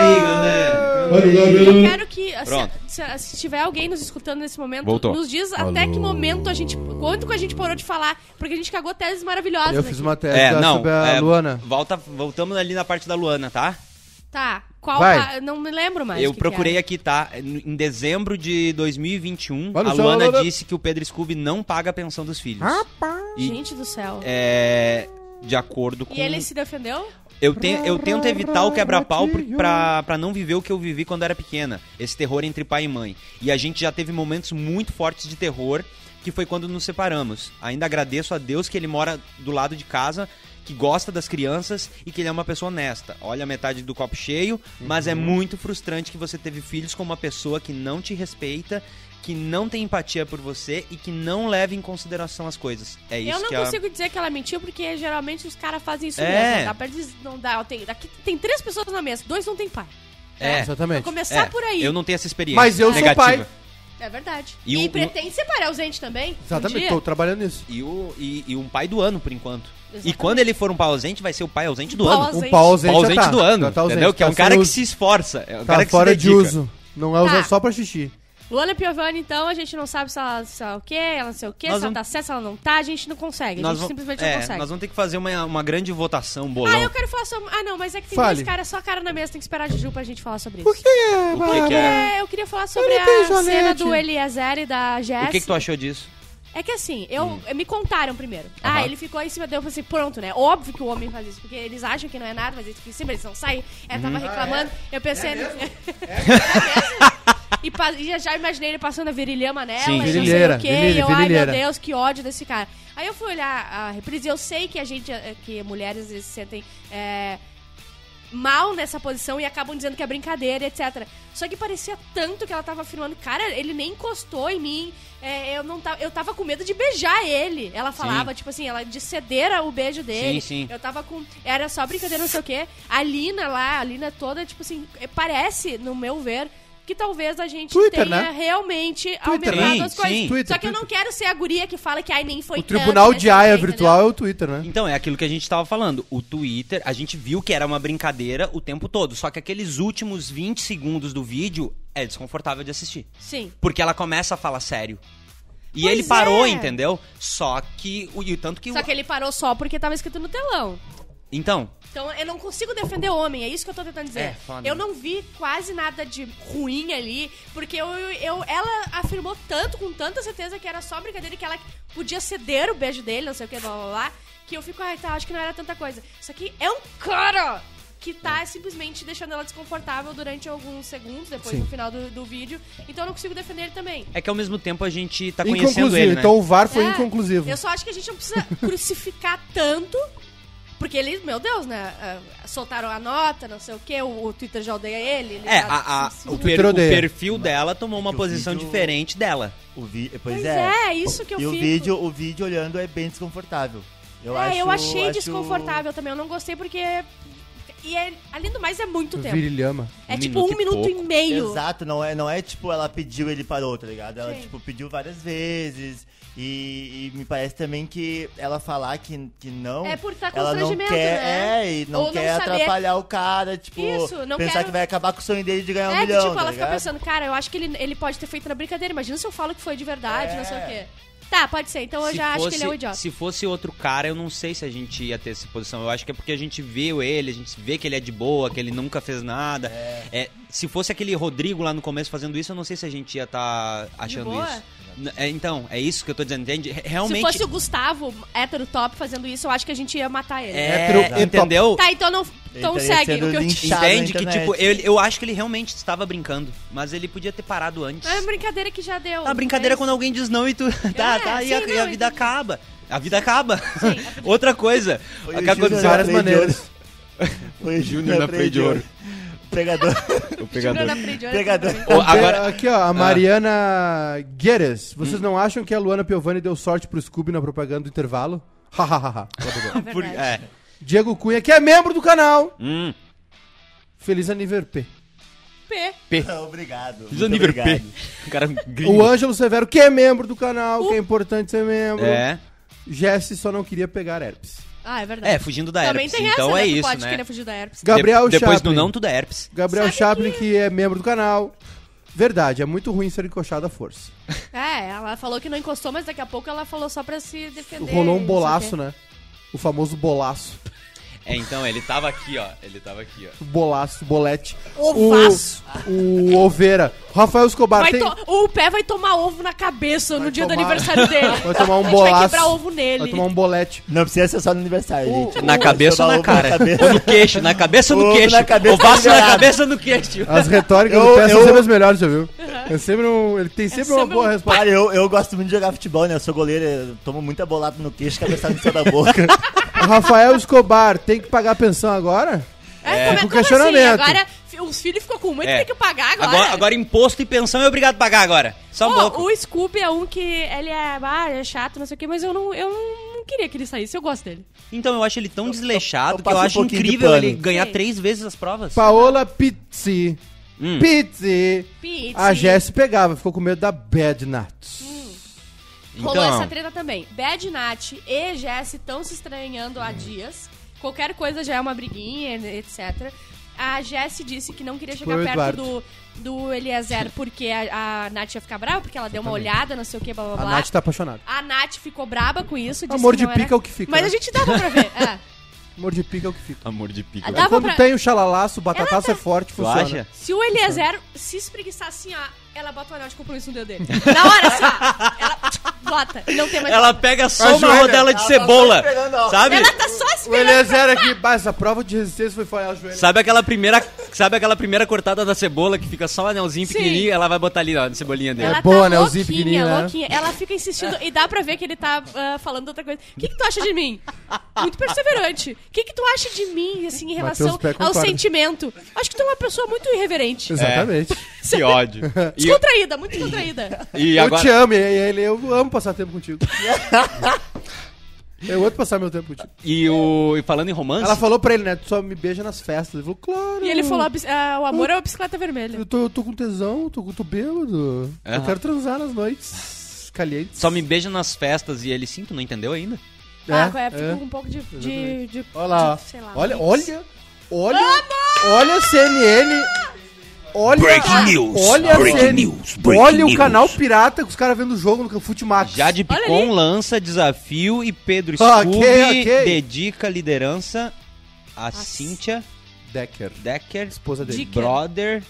S4: aí, galera.
S3: Eu quero que,
S4: Pronto.
S3: se, se- se tiver alguém nos escutando nesse momento,
S4: Voltou.
S3: nos diz até que momento a gente. Quanto que a gente parou de falar? Porque a gente cagou teses maravilhosas. né?
S2: Eu fiz
S3: aqui.
S2: um- uma tese
S4: É, não.
S2: sobre a
S4: é,
S2: Luana.
S4: Volta, voltamos ali na parte da Luana, tá?
S3: Tá. Qual.
S2: Vai.
S3: a- não me lembro mais. o
S4: Eu
S3: que que
S4: procurei
S3: era.
S4: aqui, tá? Em dezembro de 2021,
S2: Olha
S4: a
S2: só,
S4: Luana
S2: olha-
S4: disse que o Pedro Scooby não paga a pensão dos filhos. E-
S3: Gente do céu.
S4: É. De acordo com.
S3: E ele se defendeu?
S4: Eu, te- eu tento evitar o quebra-pau por- pra, pra não viver o que eu vivi quando era pequena. Esse terror entre pai e mãe. E a gente já teve momentos muito fortes de terror, que foi quando nos separamos. Ainda agradeço a Deus que ele mora do lado de casa, que gosta das crianças e que ele é uma pessoa honesta. Olha a metade do copo cheio, mas
S2: Uhum.
S4: é muito frustrante que você teve filhos com uma pessoa que não te respeita, que não tem empatia por você e que não leva em consideração as coisas. É isso
S3: eu não
S4: que a...
S3: consigo dizer que ela mentiu, porque geralmente os caras fazem isso
S4: É.
S3: mesmo. Não dá pra dizer- não dá. Tem, aqui tem três pessoas na mesa, dois não tem pai.
S4: É.
S3: Pra
S2: Exatamente.
S3: começar
S4: É,
S3: por aí.
S4: Eu não tenho essa experiência.
S2: Mas eu sou
S4: negativa.
S2: pai.
S3: É verdade.
S4: E
S3: E,
S4: o-
S3: pretende separar os entes também? Um
S2: Exatamente,
S3: dia?
S2: tô trabalhando nisso.
S4: E, o, e, e um pai do ano, por enquanto. E
S3: Exatamente.
S4: quando ele for um pai ausente, vai ser o pai ausente do
S3: Pau
S4: ano.
S3: ausente.
S2: Um pau ausente,
S4: Pau ausente
S2: já tá.
S4: do ano.
S2: Já tá ausente,
S4: entendeu? Que é
S2: tá
S4: um cara
S2: sem
S4: que
S2: uso.
S4: se esforça. É um
S2: Tá
S4: cara que
S2: fora
S4: se
S2: de
S4: dedica.
S2: uso. Não é usar
S3: Tá.
S2: só pra xixi.
S3: Luana Piovani, então, a gente não sabe se ela, se ela é o quê, ela não sei o quê,
S4: Nós
S3: se ela
S4: vamos-
S3: tá certa, se ela não tá, a gente não consegue. a
S4: Nós
S3: gente
S4: vamos-
S3: simplesmente
S4: é,
S3: não consegue.
S4: Nós vamos ter que fazer uma, uma grande votação, um bolão.
S3: Ah, eu quero falar sobre. Ah, não, mas é que tem
S2: Fale.
S3: dois caras, só cara na mesa, tem que esperar a Juju pra gente falar sobre isso.
S2: Por que é,
S4: O que, que é?
S3: É, eu queria falar sobre
S2: Eu não tenho
S3: a
S2: Joanete.
S3: cena do Eliezer e da Jess.
S4: O que, que tu achou disso?
S3: É que assim, eu me contaram primeiro.
S4: Aham.
S3: Ah, ele ficou em cima dele, eu falei assim, pronto, né? Óbvio que o homem faz isso, porque eles acham que não é nada, mas eles ficam em cima, eles não saem. Ela tava reclamando, eu pensei... É mesmo? E pa- E já, já imaginei ele passando a virilha nela,
S4: Sim.
S3: e
S2: Virilheira,
S3: não sei o quê,
S2: virilha,
S3: e eu, ai meu
S2: virilheira.
S3: Deus, que ódio desse cara. Aí eu fui olhar a reprise, e eu sei que a gente, eh, que mulheres às vezes se sentem... eh, mal nessa posição e acabam dizendo que é brincadeira, etc. Só que parecia tanto que ela tava afirmando, cara, ele nem encostou em mim. é, eu não tava, eu tava com medo de beijar ele. Ela falava, tipo assim, ela de ceder ao beijo dele.
S4: Sim, sim.
S3: Eu tava com. Era só brincadeira, não sei o quê. A Lina lá, a Lina toda, tipo assim, é, parece, no meu ver. Que talvez a gente
S2: Twitter,
S3: tenha
S2: né?
S3: realmente
S2: Twitter,
S3: aumentado
S4: né?
S3: as
S4: Sim,
S3: coisas.
S4: sim.
S2: Twitter,
S3: Só que eu não quero ser a guria que fala que ai nem
S4: É,
S3: foi
S2: O
S3: tanto,
S2: tribunal
S3: né,
S2: de
S3: não sei o
S2: aia
S3: quê,
S2: virtual é o Twitter, né?
S4: Então, é aquilo que a gente tava falando. O Twitter, a gente viu que era uma brincadeira o tempo todo. Só que aqueles últimos 20 segundos do vídeo é desconfortável de assistir.
S3: entendeu? Sim.
S4: Porque ela começa a falar sério. E
S3: Pois
S4: ele parou,
S3: é.
S4: entendeu? Só que. o- E tanto que.
S3: Só
S4: o-
S3: que ele parou só porque tava escrito no telão.
S4: Então,
S3: Então eu não consigo defender homem, é isso que eu tô tentando dizer.
S4: É, foda.
S3: Eu não vi quase nada de ruim ali, porque eu, eu, ela afirmou tanto, com tanta certeza, que era só brincadeira e que ela podia ceder o beijo dele, não sei o que, blá blá blá, que eu fico, ai tá, acho que não era tanta coisa. Isso aqui é um cara que tá
S4: É.
S3: simplesmente deixando ela desconfortável durante alguns segundos, depois no final do, do vídeo, então eu não consigo defender ele também.
S4: é que ao mesmo tempo a gente tá conhecendo
S2: Inconclusivo.
S4: ele, né?
S2: Então o VAR foi
S3: É,
S2: inconclusivo.
S3: Eu só acho que a gente não precisa crucificar tanto. Porque ele, meu Deus, né? ah, Soltaram a nota, não sei o quê, o, o Twitter já odeia ele. ele
S4: É,
S3: já-
S4: a- a-
S3: assim,
S4: o,
S3: né?
S4: per-
S2: Twitter
S4: o
S2: odeia.
S4: perfil dela tomou uma
S5: o
S4: posição
S5: vídeo-
S4: diferente dela.
S5: O vi... Pois,
S3: Pois
S5: é.
S3: é, isso que eu
S5: E o
S3: fico.
S5: vídeo, o vídeo olhando é bem desconfortável. Eu
S3: é,
S5: acho,
S3: eu achei
S5: acho-
S3: desconfortável também. Eu não gostei porque. E é- além do mais, é muito tempo.
S2: Virilhama.
S3: É
S4: Um
S3: tipo
S4: minuto
S3: um
S4: e
S3: minuto e,
S4: pouco.
S3: meio.
S5: Exato, não é, não é tipo ela pediu ele parou, tá ligado? Ela
S3: Sim.
S5: tipo pediu várias vezes e, e me parece também que ela falar que, que não.
S3: É por tá com
S5: ela não
S3: constrangimento,
S5: quer,
S3: né?
S5: é, e
S3: Ou
S5: não
S3: não
S5: quer
S3: saber-
S5: atrapalhar o cara, tipo
S3: Isso, não
S5: pensar
S3: quero-
S5: que vai acabar com o sonho dele de ganhar um
S3: É, que
S5: milhão.
S3: tipo,
S5: tá
S3: ela fica
S5: ligado?
S3: pensando, cara, eu acho que ele, ele pode ter feito na brincadeira. Imagina se eu falo que foi de verdade, não sei o
S5: É.
S3: quê. Tá, pode ser. Então eu
S4: Se
S3: já acho que ele é um
S4: fosse-
S3: idiota.
S4: Se fosse outro cara, eu não sei se a gente ia ter essa posição. Eu acho que é porque a gente viu ele, a gente vê que ele é de boa, que ele nunca fez nada. É, se fosse aquele Rodrigo lá no começo fazendo isso, eu não sei se a gente ia estar achando
S3: boa?
S4: isso. N- é, então, é isso que eu tô dizendo, entende? Re- Realmente.
S3: Se fosse o Gustavo, hétero top, fazendo isso, eu acho que a gente ia matar ele.
S4: é,
S2: Hétero e
S4: entendeu?
S3: Tá, então não.
S5: Ele
S3: Então
S5: estaria
S3: segue
S5: sendo
S3: o que eu te.
S5: linchado na
S4: Entende que,
S5: internet.
S4: tipo, eu, eu acho que ele realmente estava brincando, mas ele podia ter parado antes.
S3: É uma brincadeira que já deu.
S4: A brincadeira é
S3: mas-
S4: quando alguém diz não e tu. Tá,
S3: É,
S4: tá, e
S3: sim,
S4: a,
S3: não,
S4: e a vida
S3: entendi.
S4: acaba. A vida acaba. Outra coisa.
S5: Foi
S4: o que
S5: o Júnior
S4: aconteceu-
S5: na
S2: várias
S5: Play de
S2: maneiras.
S5: Ouro. Foi o Júnior na Play de Ouro. Pregador.
S4: O
S3: Jura na frente, olha
S5: Pegador.
S3: pra
S4: Ô,
S3: mim.
S4: agora, Ah. Hum.
S2: Agora... É, Aqui, ó, a Mariana Guedes. Vocês não acham que a Luana Piovani deu sorte pro Scooby na propaganda do intervalo? Hahaha.
S3: É
S4: por-
S3: verdade.
S4: é.
S2: Diego Cunha, que é membro do canal.
S4: Hum,
S2: Feliz aniversário P.
S3: P.
S5: obrigado. muito
S4: Janiver P.
S5: obrigado.
S4: O cara
S2: O
S4: gringo.
S2: Ângelo Severo, que é membro do canal, que é importante ser membro.
S4: É.
S2: Jesse só não queria pegar herpes.
S3: Ah, é verdade.
S4: É, fugindo da
S3: Também
S4: herpes.
S3: tem essa,
S4: então
S3: né?
S4: é
S3: Tu
S4: isso,
S3: pode
S4: né?
S3: querer fugir da herpes.
S4: De-
S2: Gabriel
S4: Depois
S2: Chaplin.
S4: do não, tu dá herpes.
S2: Gabriel
S3: Sabe
S2: Chaplin, que... é membro do canal. Verdade, é muito ruim ser encoxado à força.
S3: É, ela falou que não encostou, mas daqui a pouco ela falou só pra se defender.
S2: Rolou um
S3: não
S2: bolaço,
S3: sei o quê.
S2: né? O famoso bolaço.
S4: É, então, ele tava aqui, ó. Ele tava aqui, ó.
S2: Bolaço, bolete.
S3: Ovaço.
S2: O, o Oveira. Rafael Escobar
S3: Vai
S2: Ah, tem...
S3: to- O pé vai tomar ovo na cabeça
S2: Vai
S3: no dia do
S2: tomar-
S3: aniversário dele.
S2: Vai tomar um
S3: A gente vai
S2: bolaço.
S3: quebrar ovo nele.
S2: Vai tomar um bolete.
S5: Não precisa ser só no aniversário, gente.
S4: Na cabeça ou na
S5: Tomar Tipo, ovo na
S4: cara?
S5: cabeça.
S4: Ou no queixo? Na cabeça ou no
S5: Ovo na
S4: queixo?
S5: cabeça, tá
S4: Ovaço na
S5: liberado.
S4: cabeça ou no queixo?
S2: As retóricas
S5: Eu-
S2: do Pé são
S5: eu-
S2: sempre as melhores, já viu? É sempre um- ele tem sempre uma
S3: sempre
S2: boa
S3: um
S2: resposta.
S5: Cara, eu, eu gosto muito de jogar futebol, né? Eu sou goleiro, eu tomo muita bolada no queixo, cabeçada no céu da boca.
S2: O Rafael Escobar tem que pagar pensão agora?
S3: É, como,
S2: Com
S3: como assim?
S2: questionamento.
S3: Agora fi- os filhos ficou com muito,
S4: É.
S3: tem que pagar agora.
S4: Agora, agora imposto e pensão é obrigado a pagar agora. Só um
S3: Ó,
S4: pouco.
S3: o Scooby é um que ele é, ah, é chato, não sei o quê, mas eu não, eu não queria que ele saísse, eu gosto dele.
S4: Então eu acho ele tão desleixado que
S5: eu
S4: eu
S5: passo um
S4: acho
S5: pouquinho de
S4: incrível
S5: pano.
S4: ele ganhar
S3: Sim.
S4: três vezes as provas.
S2: Paola Pizzi.
S4: Hum.
S2: Pizzi.
S3: Pizzi.
S2: A Ah, Jess pegava, ficou com medo da Bad Nuts.
S3: Hum,
S4: Então,
S3: Rolou
S2: então.
S3: essa treta também. Bad Nat e Jess estão se estranhando há dias. Qualquer coisa já é uma briguinha, etc. A Jess disse que não queria chegar
S2: Foi o
S3: perto
S2: Eduardo.
S3: do, do Eliezer porque a, a Nath ia ficar brava, porque ela deu uma olhada, não sei o que, blá blá
S2: A
S3: blá.
S2: Nath tá apaixonada.
S3: A Nath ficou braba com isso. disse
S2: Amor
S3: que
S2: de
S3: não era-
S2: pica é o que fica,
S3: Mas
S2: né?
S3: a gente dava pra ver. é.
S2: Amor de pica é o que fica.
S4: Amor de pica.
S3: Ah, dá- Dava
S2: Quando
S3: pra- tá-
S2: tem o xalalaço, o batataço é forte,
S4: Tu
S2: funciona.
S4: acha?
S3: Se o Eliezer se espreguiçar assim, ó, ela bota o anel de compromisso no dedo dele. Na hora, assim, ó, ela bota e não tem mais...
S4: Ela pega só uma
S2: joelha.
S4: rodela de
S3: tá
S4: cebola.
S5: esperando, ó.
S4: Sabe?
S3: Ela tá só
S2: O
S3: esperando.
S2: Eliezer aqui, bah, essa prova de resistência foi falhar o joelho.
S4: Sabe aquela primeira, sabe aquela primeira cortada da cebola que fica só um anelzinho
S3: Sim.
S4: pequenininho, ela vai botar ali ó, na cebolinha dele.
S3: Ela
S2: boa,
S3: tá
S2: né? O zip
S3: louquinha,
S2: pequenininho, né?
S3: louquinha. Ela fica insistindo e dá pra ver que ele tá ah, falando outra coisa. O que, que tu acha de mim? Muito perseverante. O que, que tu acha de mim, assim, em
S2: Mateus
S3: relação
S2: Pé
S3: ao
S2: concorda.
S3: sentimento? Acho que tu é uma pessoa muito irreverente.
S2: Exatamente.
S4: Que ódio. E,
S3: Descontraída, muito descontraída.
S4: e
S2: Eu te
S4: agora
S2: amo, e ele, eu amo passar tempo contigo. eu amo passar meu tempo contigo.
S4: e o e falando em romance,
S2: Ela falou pra ele, né? Tu só me beija nas festas. Ele falou, claro.
S3: E ele falou: a bis- ah, o amor é uma bicicleta vermelha.
S2: Eu tô, eu tô com tesão, tô, tô bêbado. Eu
S4: Aham.
S2: quero transar nas noites calientes.
S4: É? só me beija nas festas e ele sim, tu não entendeu ainda?
S3: ah, é, fico
S2: é.
S3: com um pouco de. de,
S2: Exatamente.
S3: de
S2: Olha lá.
S3: de- sei lá,
S2: olha,
S3: mix.
S2: olha, olha, olha a CNN. Olha,
S1: Breaking news,
S2: olha a
S1: breaking
S2: CNN,
S1: news, breaking
S2: olha o
S1: news.
S2: canal pirata que os caras vendo o jogo no Fute Max.
S4: Jade
S3: Olha
S4: Picon lança desafio e Pedro
S2: Ah,
S4: Scooby
S2: ok, ok.
S4: dedica liderança a Cynthia
S2: Decker.
S4: Decker,
S2: Esposa dele.
S3: Dick.
S4: brother.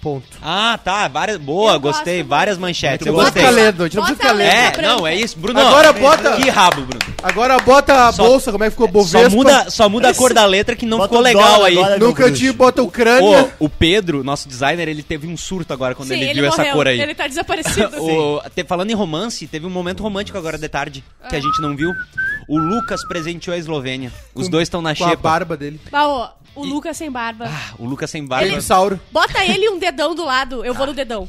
S2: Ponto.
S4: Ah, tá, várias, boa,
S3: Eu gosto,
S4: gostei,
S3: eu
S4: várias manchetes, É, eu
S2: Não precisa
S4: gostei.
S2: ficar lendo, a gente não
S3: Bota
S2: precisa ficar
S3: a
S2: lendo.
S3: letra.
S4: É, não, é isso, Bruno.
S2: Agora bota-
S4: Que rabo, Bruno.
S2: Agora bota a
S4: Só-
S2: bolsa, como é que ficou Bovespa.
S4: Só muda, só muda a cor da letra que não
S5: Bota
S4: ficou
S5: um
S4: legal
S5: dólar
S4: aí.
S5: agora,
S2: No cantinho bota o crânio.
S4: Ô, o Pedro, nosso designer, ele teve um surto agora quando
S3: Sim,
S4: ele, viu essa
S3: morreu,
S4: cor aí.
S3: Ele tá desaparecido.
S4: O- te- falando em romance, teve um momento romântico agora de tarde
S3: Ah.
S4: que a gente não viu. O Lucas presenteou a Eslovênia. Os dois estão na
S2: Com a
S4: xepa.
S2: barba dele.
S3: Bah, ô, o Lucas sem barba.
S4: Ah, o Lucas sem
S2: Ele...
S4: barba.
S2: Dinossauro.
S3: Bota ele e um dedão do lado. Eu vou no dedão.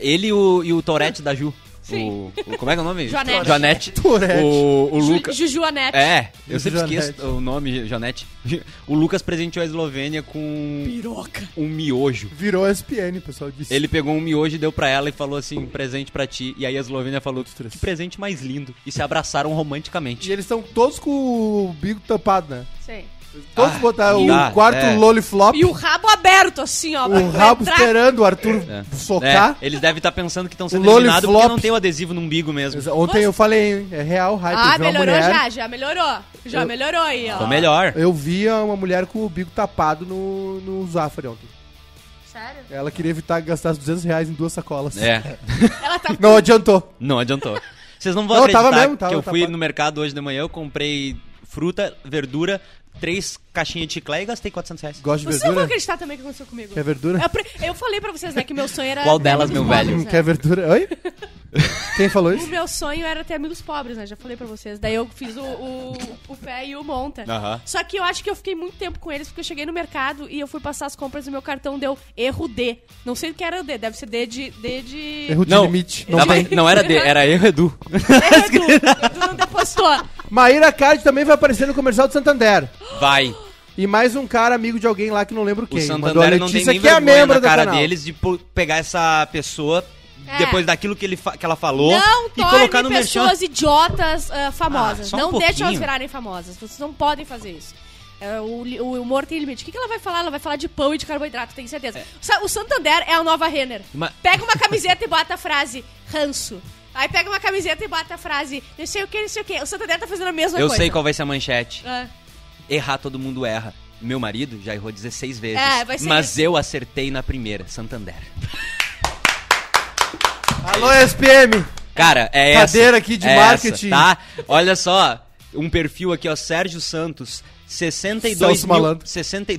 S4: Ele e o, e o Tourette da Ju.
S3: Sim.
S4: O- o- como é que é o nome?
S3: Joanete.
S4: Joanete.
S2: Tourette.
S4: O, o
S3: Ju-
S4: Lucas.
S3: Juju Anete.
S4: É, eu sempre
S2: Joanete.
S4: esqueço o nome, Janete. O Lucas presenteou a Eslovênia com
S3: Piroca.
S4: um miojo.
S2: Virou SPN, o pessoal disse.
S4: Ele pegou um miojo e deu pra ela e falou assim, presente pra ti. E aí a Eslovênia falou, que presente mais lindo. E se abraçaram romanticamente.
S2: E eles estão todos com o bico tampado, né?
S3: Sim.
S2: Todos
S4: Ah,
S2: botaram o
S4: dá,
S2: quarto
S4: é.
S2: loliflop,
S3: E o rabo aberto, assim, ó. pra
S2: o
S3: tu
S2: rabo
S3: entrar.
S2: esperando o Arthur
S4: É,
S2: socar.
S4: eles devem estar pensando que estão sendo
S2: Lolly
S4: eliminados porque
S2: Flop.
S4: não tem o adesivo no umbigo mesmo.
S2: Ontem eu falei, hein, é real, hype.
S3: Ah,
S2: eu vi uma
S3: melhorou
S2: mulher,
S3: já, já melhorou. Já melhorou aí, ó.
S4: Então melhor.
S2: Eu via uma mulher com o bico tapado no, no Zafari ontem.
S3: Sério?
S2: Ela queria evitar gastar os 200 reais em duas sacolas.
S4: É,
S3: Ela tá.
S2: Não adiantou.
S4: não adiantou. Vocês não vão
S2: Não, eu
S4: acreditar
S2: tava mesmo, tava,
S4: que eu
S2: tava.
S4: fui no mercado hoje de manhã, eu comprei fruta, verdura, três caixinhas de chiclé e gastei 400 reais.
S2: Gosta de
S3: Vocês não É vão
S2: verdura?
S3: acreditar também o que aconteceu comigo.
S2: Quer verdura?
S3: Eu, pre- eu falei pra vocês, né, que meu sonho era.
S4: É Qual
S3: ter
S4: delas,
S3: amigos
S4: meu velho?
S3: pobres,
S2: Não
S3: né?
S2: quer verdura? Oi? Quem falou
S3: O
S2: isso?
S3: meu sonho era ter amigos pobres, né? Já falei pra vocês. Daí eu fiz o, o, o pé e o monta.
S4: Aham.
S3: Só que eu acho que eu fiquei muito tempo com eles, porque eu cheguei no mercado e eu fui passar as compras e meu cartão deu erro D. Não sei o que era o D, deve ser D de. D de...
S2: Erro de
S4: Não,
S2: limite. Não
S4: Não,
S2: tem.
S4: mas não era D, era erro Edu.
S3: Erro Edu. Tu não depositou.
S2: Maíra Card também vai aparecer no comercial do Santander.
S4: Vai.
S2: E mais um cara amigo de alguém lá que não lembro quem.
S4: O
S2: Mandou a
S4: Santander não tem
S2: Letícia,
S4: nem
S2: que é
S4: vergonha
S2: membro
S4: na
S2: do
S4: cara
S2: canal.
S4: deles de pô- pegar essa pessoa
S3: É.
S4: depois daquilo que, ele fa- que ela falou
S3: Não
S4: e colocar no
S3: torne
S4: merchan.
S3: pessoas idiotas ah, famosas.
S4: Ah, só um
S3: não deixe elas
S4: pouquinho.
S3: virarem famosas. Vocês não podem fazer isso. É, o, li- o humor tem limite. O que, que ela vai falar? Ela vai falar de pão e de carboidrato, tenho
S4: É.
S3: certeza. Sa- O Santander é a nova Renner.
S4: Ma-
S3: Pega uma camiseta e bota a frase ranço. Aí pega uma camiseta e bota a frase não sei o que, não sei o que. O Santander tá fazendo a mesma
S4: Eu
S3: coisa.
S4: sei qual vai ser a manchete.
S3: Ah,
S4: Errar todo mundo erra. Meu marido já errou 16 vezes.
S3: É, vai ser
S4: mas
S3: isso.
S4: eu acertei na primeira, Santander.
S2: Alô, SPM!
S4: Cara, é essa.
S2: Cadeira aqui de
S4: é
S2: marketing.
S4: Essa, tá? Olha só, um perfil aqui, ó, Sérgio Santos, 62
S2: Celso
S4: mil...
S2: Malandro.
S4: 60...
S3: E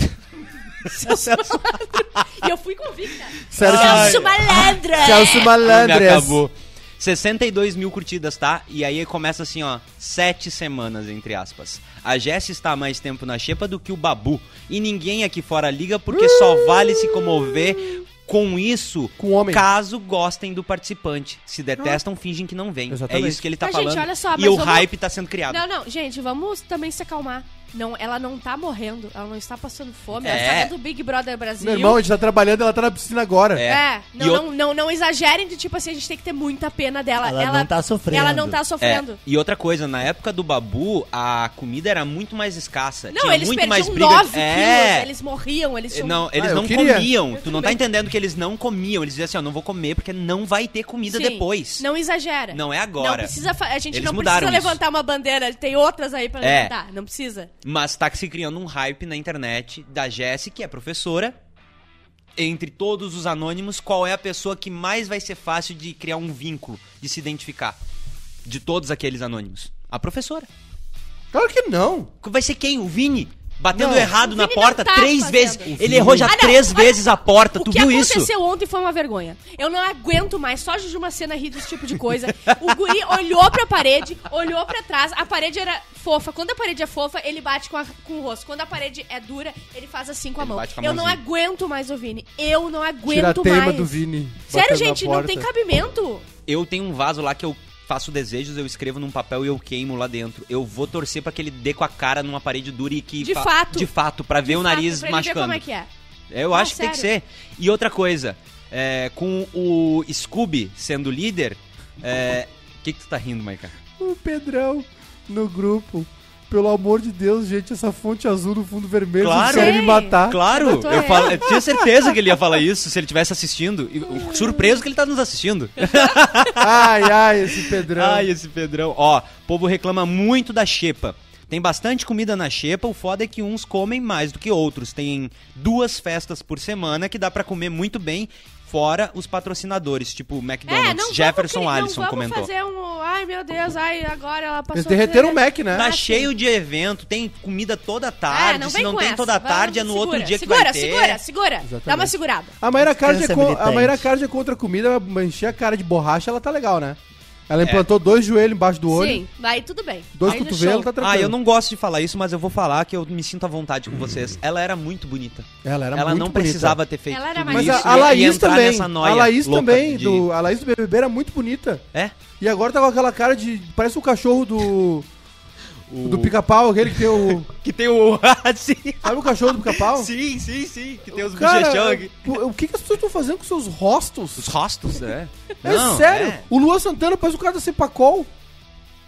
S3: eu fui convicta.
S2: Sérgio
S3: Celso Malandro! é.
S2: Celso
S4: Me
S2: Malandres.
S4: acabou. 62 mil curtidas, tá? E aí começa assim, ó, sete semanas, entre aspas. A Jess está há mais tempo na xepa do que o Babu. E ninguém aqui fora liga porque só vale se comover com isso,
S2: Com homem. Ah.
S4: caso gostem do participante. Se detestam, fingem que não vem. É
S2: Exatamente.
S4: isso que ele tá
S3: Mas, gente,
S4: falando.
S3: olha só,
S4: e
S3: mas
S4: o
S3: vamos-
S4: hype tá sendo criado.
S3: Não, não, gente, vamos também se acalmar. Não, ela não tá morrendo, ela não está passando fome, ela
S4: É.
S3: está dentro do Big Brother Brasil.
S2: Meu irmão, a gente tá trabalhando, ela tá na piscina agora.
S4: É.
S3: É,
S4: E
S3: não, não,
S4: outra-
S3: não, não exagerem de tipo assim, a gente tem que ter muita pena dela.
S5: Ela não tá sofrendo.
S3: Ela não tá
S4: É,
S3: sofrendo.
S4: e outra coisa, na época do Babu, a comida era muito mais escassa.
S3: Não,
S4: É. tinha
S3: eles
S4: muito mais
S3: perdiam
S4: briga.
S3: 9
S4: é,
S3: quilos, eles morriam, eles tinham...
S4: Não, eles
S2: Ah, eu
S4: não
S2: queria.
S4: comiam.
S3: Eu
S4: tu não tá
S3: também.
S4: entendendo que eles não comiam. Eles diziam assim, ó, não vou comer porque não vai ter comida
S3: Sim,
S4: depois.
S3: Não exagera.
S4: Não é agora.
S3: Não precisa, fa- a gente
S4: Eles
S3: não
S4: mudaram
S3: precisa
S4: isso.
S3: levantar uma bandeira, tem outras aí pra
S4: É.
S3: levantar, não precisa.
S4: Mas tá se criando um hype na internet da Jessie, que é professora. Entre todos os anônimos, qual é a pessoa que mais vai ser fácil de criar um vínculo, de se identificar? De todos aqueles anônimos. A professora.
S2: Claro que não.
S4: Vai ser quem? O Vini? Batendo
S2: Não.
S4: errado
S3: O
S4: na
S3: Vini não
S4: porta
S3: tá
S4: três
S3: fazendo.
S4: vezes.
S3: O
S4: Ele errou já
S3: Ah, não.
S4: três vezes a porta.
S3: O
S4: tu
S3: que
S4: viu Tá isso?
S3: aconteceu ontem foi uma vergonha. Eu não aguento mais, só Jujuma Cena rir desse tipo de coisa. O guri olhou pra parede, olhou pra trás, a parede era fofa. Quando a parede é fofa, ele bate com, a- com o rosto. Quando a parede é dura, ele faz assim com a
S4: Ele
S3: mão.
S4: bate com a
S3: eu não
S4: mãozinha.
S3: aguento mais o Vini. Eu não aguento
S2: Tira a teima
S3: mais.
S2: do Vini.
S3: Sério,
S2: batendo na
S3: gente, não
S2: porta.
S3: tem cabimento.
S4: Eu tenho um vaso lá que eu faço desejos, eu escrevo num papel e eu queimo lá dentro. Eu vou torcer pra que ele dê com a cara numa parede dura e que
S3: De fato.
S4: de fato pra ver o nariz
S3: Pra ele ver
S4: machucando.
S3: como é que é.
S4: Eu
S3: Não,
S4: acho que tem que ser.
S3: sério.
S4: E outra coisa, é, com o Scooby sendo líder, é, o que que tu tá rindo, Maica?
S2: O Pedrão no grupo. Pelo amor de Deus, gente, essa fonte azul no fundo vermelho
S4: Claro.
S2: quer me
S3: Sei.
S2: matar.
S4: Claro,
S3: Botou
S4: eu,
S3: ela.
S4: falo- eu tinha certeza que ele ia falar isso se ele estivesse assistindo. E, o- surpreso que ele tá nos assistindo.
S2: Ai, ai, esse Pedrão.
S4: Ai, esse Pedrão. Ó, o povo reclama muito da xepa. Tem bastante comida na xepa, o foda é que uns comem mais do que outros. Tem duas festas por semana que dá pra comer muito bem, fora os patrocinadores, tipo
S3: É,
S4: McDonald's.
S3: não
S4: Jefferson
S3: vamos, cri-
S4: Alisson
S3: não vamos
S4: comentou.
S3: fazer um... Ai, meu Deus, ai, agora ela passou...
S2: Eles derreteram o Mac, né?
S4: Tá
S3: Ah, sim.
S4: cheio de evento, tem comida toda tarde.
S3: É,
S4: Se
S3: vem
S4: não
S3: com
S4: tem
S3: essa.
S4: toda
S3: Vamos,
S4: tarde, é no outro
S3: segura,
S4: dia que
S3: segura,
S4: vai ter. Tá
S3: Segura, segura, Dá uma
S2: Exatamente.
S3: segurada.
S2: A Mayra Card é,
S5: Descansa,
S2: co- a
S5: militante.
S2: Mayra Card é contra a comida, mas encher a cara de borracha, ela tá legal, né? Ela
S4: É.
S2: implantou dois joelhos embaixo do olho,
S3: Sim, vai tudo bem.
S2: dois
S3: Aí no
S2: cotovelos,
S3: show.
S2: tá tranquilo.
S4: Ah, eu não gosto de falar isso, mas eu vou falar que eu me sinto à vontade com vocês. Ela era muito bonita.
S2: Ela era
S4: ela
S2: muito
S4: não
S2: bonita.
S4: precisava ter feito
S3: Ela era
S4: tudo
S3: mais
S2: Mas
S4: isso
S3: bonita.
S2: a, a
S4: e- e
S2: Laís
S4: entrar
S2: também,
S4: nessa noia
S2: a Laís
S4: louca
S2: também,
S4: de-
S2: do, a Laís do BBB era muito bonita.
S4: É?
S2: E agora tá com aquela cara de, parece o cachorro do, do pica-pau, aquele que tem o...
S4: Que tem o... Ah, sim.
S2: Sabe o cachorro do pica-pau?
S4: sim, sim, sim. Que tem os
S2: Cara, é-
S4: bochechão aqui.
S2: o, o que, que as pessoas estão fazendo com seus rostos?
S4: Os rostos, é.
S2: É
S4: Não,
S2: sério,
S4: é.
S2: o Luan Santana parece o cara da Cepacol.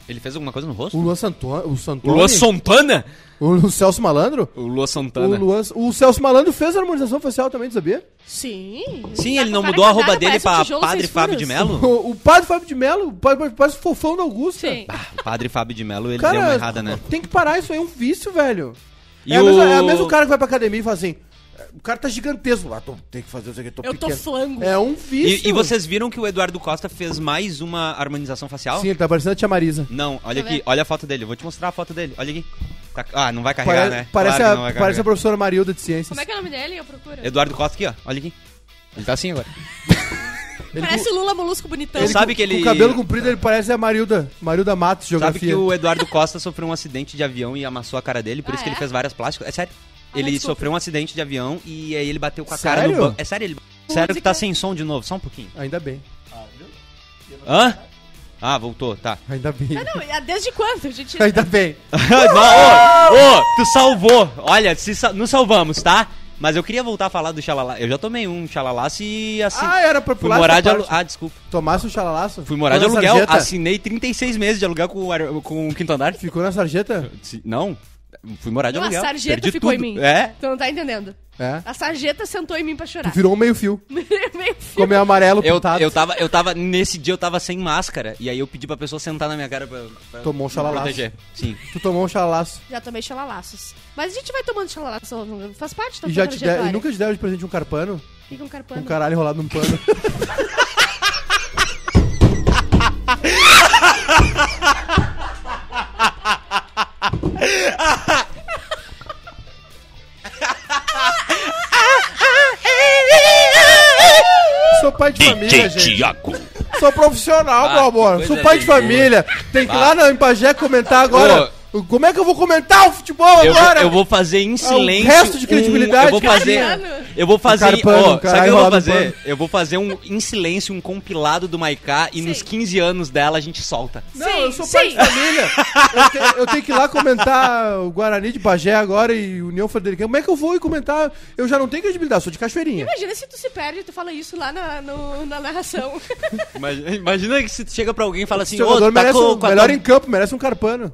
S4: Ele fez alguma coisa no rosto?
S2: O Luan Santana, o Santoni,
S4: Santana?
S2: o Celso Malandro?
S4: O Lua
S2: O,
S4: Santana.
S2: Luan, o Celso Malandro fez a harmonização facial também, tu sabia?
S3: Sim.
S4: Sim,
S3: Tá
S4: ele
S3: com
S4: não
S3: cara
S4: mudou a arroba
S3: casada,
S4: dele
S3: parece um
S4: pra
S3: tijolo
S4: Padre
S3: sem
S4: Fábio de
S3: furos.
S4: Melo?
S2: O, o padre Fábio de Melo, o padre parece o fofão da Augusta.
S3: Sim.
S4: O Padre Fábio de Melo, ele
S2: Cara,
S4: deu uma errada, né?
S2: tem que parar, isso aí é um vício, velho.
S4: E
S2: é, o... mesmo,
S4: o-
S2: é o mesmo cara que vai pra academia e fala assim, o cara tá gigantesco, ah, tô- tem que fazer isso aqui, tô
S3: Eu tô
S2: pequeno.
S3: flango.
S2: É um
S4: E,
S2: vício.
S4: e vocês viram que o Eduardo Costa fez mais uma harmonização facial?
S2: Sim, ele tá parecendo a Tia Marisa.
S4: Não, olha
S3: Deixa eu
S4: aqui,
S3: ver.
S4: olha a foto dele. Eu vou te mostrar a foto dele. Olha aqui. Tá- ah, não vai carregar,
S2: Pare-
S4: né?
S2: Parece,
S4: Claro que
S2: a,
S4: não vai
S2: parece a
S4: carregar.
S2: professora Marilda de Ciências.
S3: Como é que é o nome dele? Eu procuro.
S4: Eduardo Costa aqui, ó. Olha aqui. Ele tá assim agora.
S3: Parece o Lula Molusco bonitão.
S4: Ele sabe que
S2: Com
S4: ele.
S2: o cabelo comprido, ele parece a Marilda, Marilda Matos,
S4: Sabe
S2: geografia.
S4: que o Eduardo Costa sofreu um acidente de avião e amassou a cara dele, por
S3: Ah,
S4: isso que ele
S3: é?
S4: fez várias plásticas. É sério.
S3: Ah,
S4: Ele
S3: desculpa.
S4: sofreu um acidente de avião e aí ele bateu com a cara
S2: Sério?
S4: no banco. É sério, ele. Sério que
S3: Música.
S4: tá sem som de novo, só um pouquinho.
S2: Ainda bem,
S4: Hã? Ah, voltou, tá.
S2: ainda bem,
S3: Não, desde quando? A gente...
S2: ainda bem.
S4: Não, Ô, ô, tu salvou. Olha, se sa- nos salvamos, tá? Mas eu queria voltar a falar do xalalá. Eu já tomei um xalalá se assim.
S2: Ah, era pra
S4: fui
S2: pular
S4: morar
S2: essa
S4: de alu...
S2: parte.
S4: Ah, desculpa.
S2: Tomasse um xalalaço?
S4: Fui morar de
S2: Ficou na
S4: aluguel. assim-
S2: sarjeta?
S4: Assinei 36 meses de aluguel com o, aer- com o quinto andar.
S2: Ficou na sarjeta?
S4: Se- Não, fui morar de
S3: Não, a
S4: aluguel.
S3: sarjeta
S4: Perdi
S3: ficou
S4: tudo.
S3: em mim.
S4: É.
S3: Tu não tá entendendo.
S2: É.
S3: A sarjeta sentou em mim pra chorar.
S2: Virou um meio fio.
S3: Meio
S2: Ficou meio amarelo,
S4: Eu,
S2: pintado.
S4: eu tava, eu tava, nesse dia eu tava sem máscara, e aí eu pedi pra pessoa sentar na minha cara pra, pra
S2: Tomou um
S4: me
S2: xalalaço.
S4: proteger. Sim.
S2: Tu tomou um xalalaço.
S3: Já tomei xalalaços. Mas a gente vai tomando xalalaço. ao longo- Faz parte da
S2: E, já te der, e nunca te deram de presente um carpano?
S3: Fica um
S2: Um
S3: carpano.
S2: caralho enrolado num pano. Sou pai de família, gente.
S1: Tiago.
S2: Sou profissional,
S4: Ah,
S2: meu amor.
S4: que
S2: Sou
S4: coisa Ah.
S2: pai de
S4: boa.
S2: família. Tem que ir lá na Empagé comentar agora. Como é que eu vou comentar o futebol
S4: Eu, vou-
S2: agora? É um
S4: eu vou fazer em silêncio.
S2: resto de credibilidade.
S4: um- eu vou fazer.
S3: Caralho.
S4: Eu vou fazer.
S2: Um carpano,
S4: ó,
S2: um
S4: sabe o que
S2: caralho
S4: eu vou
S2: enrolado no
S4: fazer?
S2: pano.
S4: Eu vou fazer um em silêncio, um compilado do Maiká e nos 15 anos dela a gente solta.
S2: Não,
S3: Sim,
S2: eu sou pai
S3: sim.
S2: de família. Eu, te- eu tenho que ir lá comentar o Guarani de Bagé agora e União Frederica. Como é que eu vou ir comentar? Eu já não tenho credibilidade, sou de Cachoeirinha.
S3: Imagina se tu se perde e tu fala isso lá na, no- na narração.
S4: Imagina, imagina que se tu chega pra alguém e fala
S2: O
S4: assim, ô,
S2: jogador
S4: tu tá
S2: merece
S4: com,
S2: um,
S4: com a
S2: melhor
S4: tua-
S2: em campo, merece um carpano.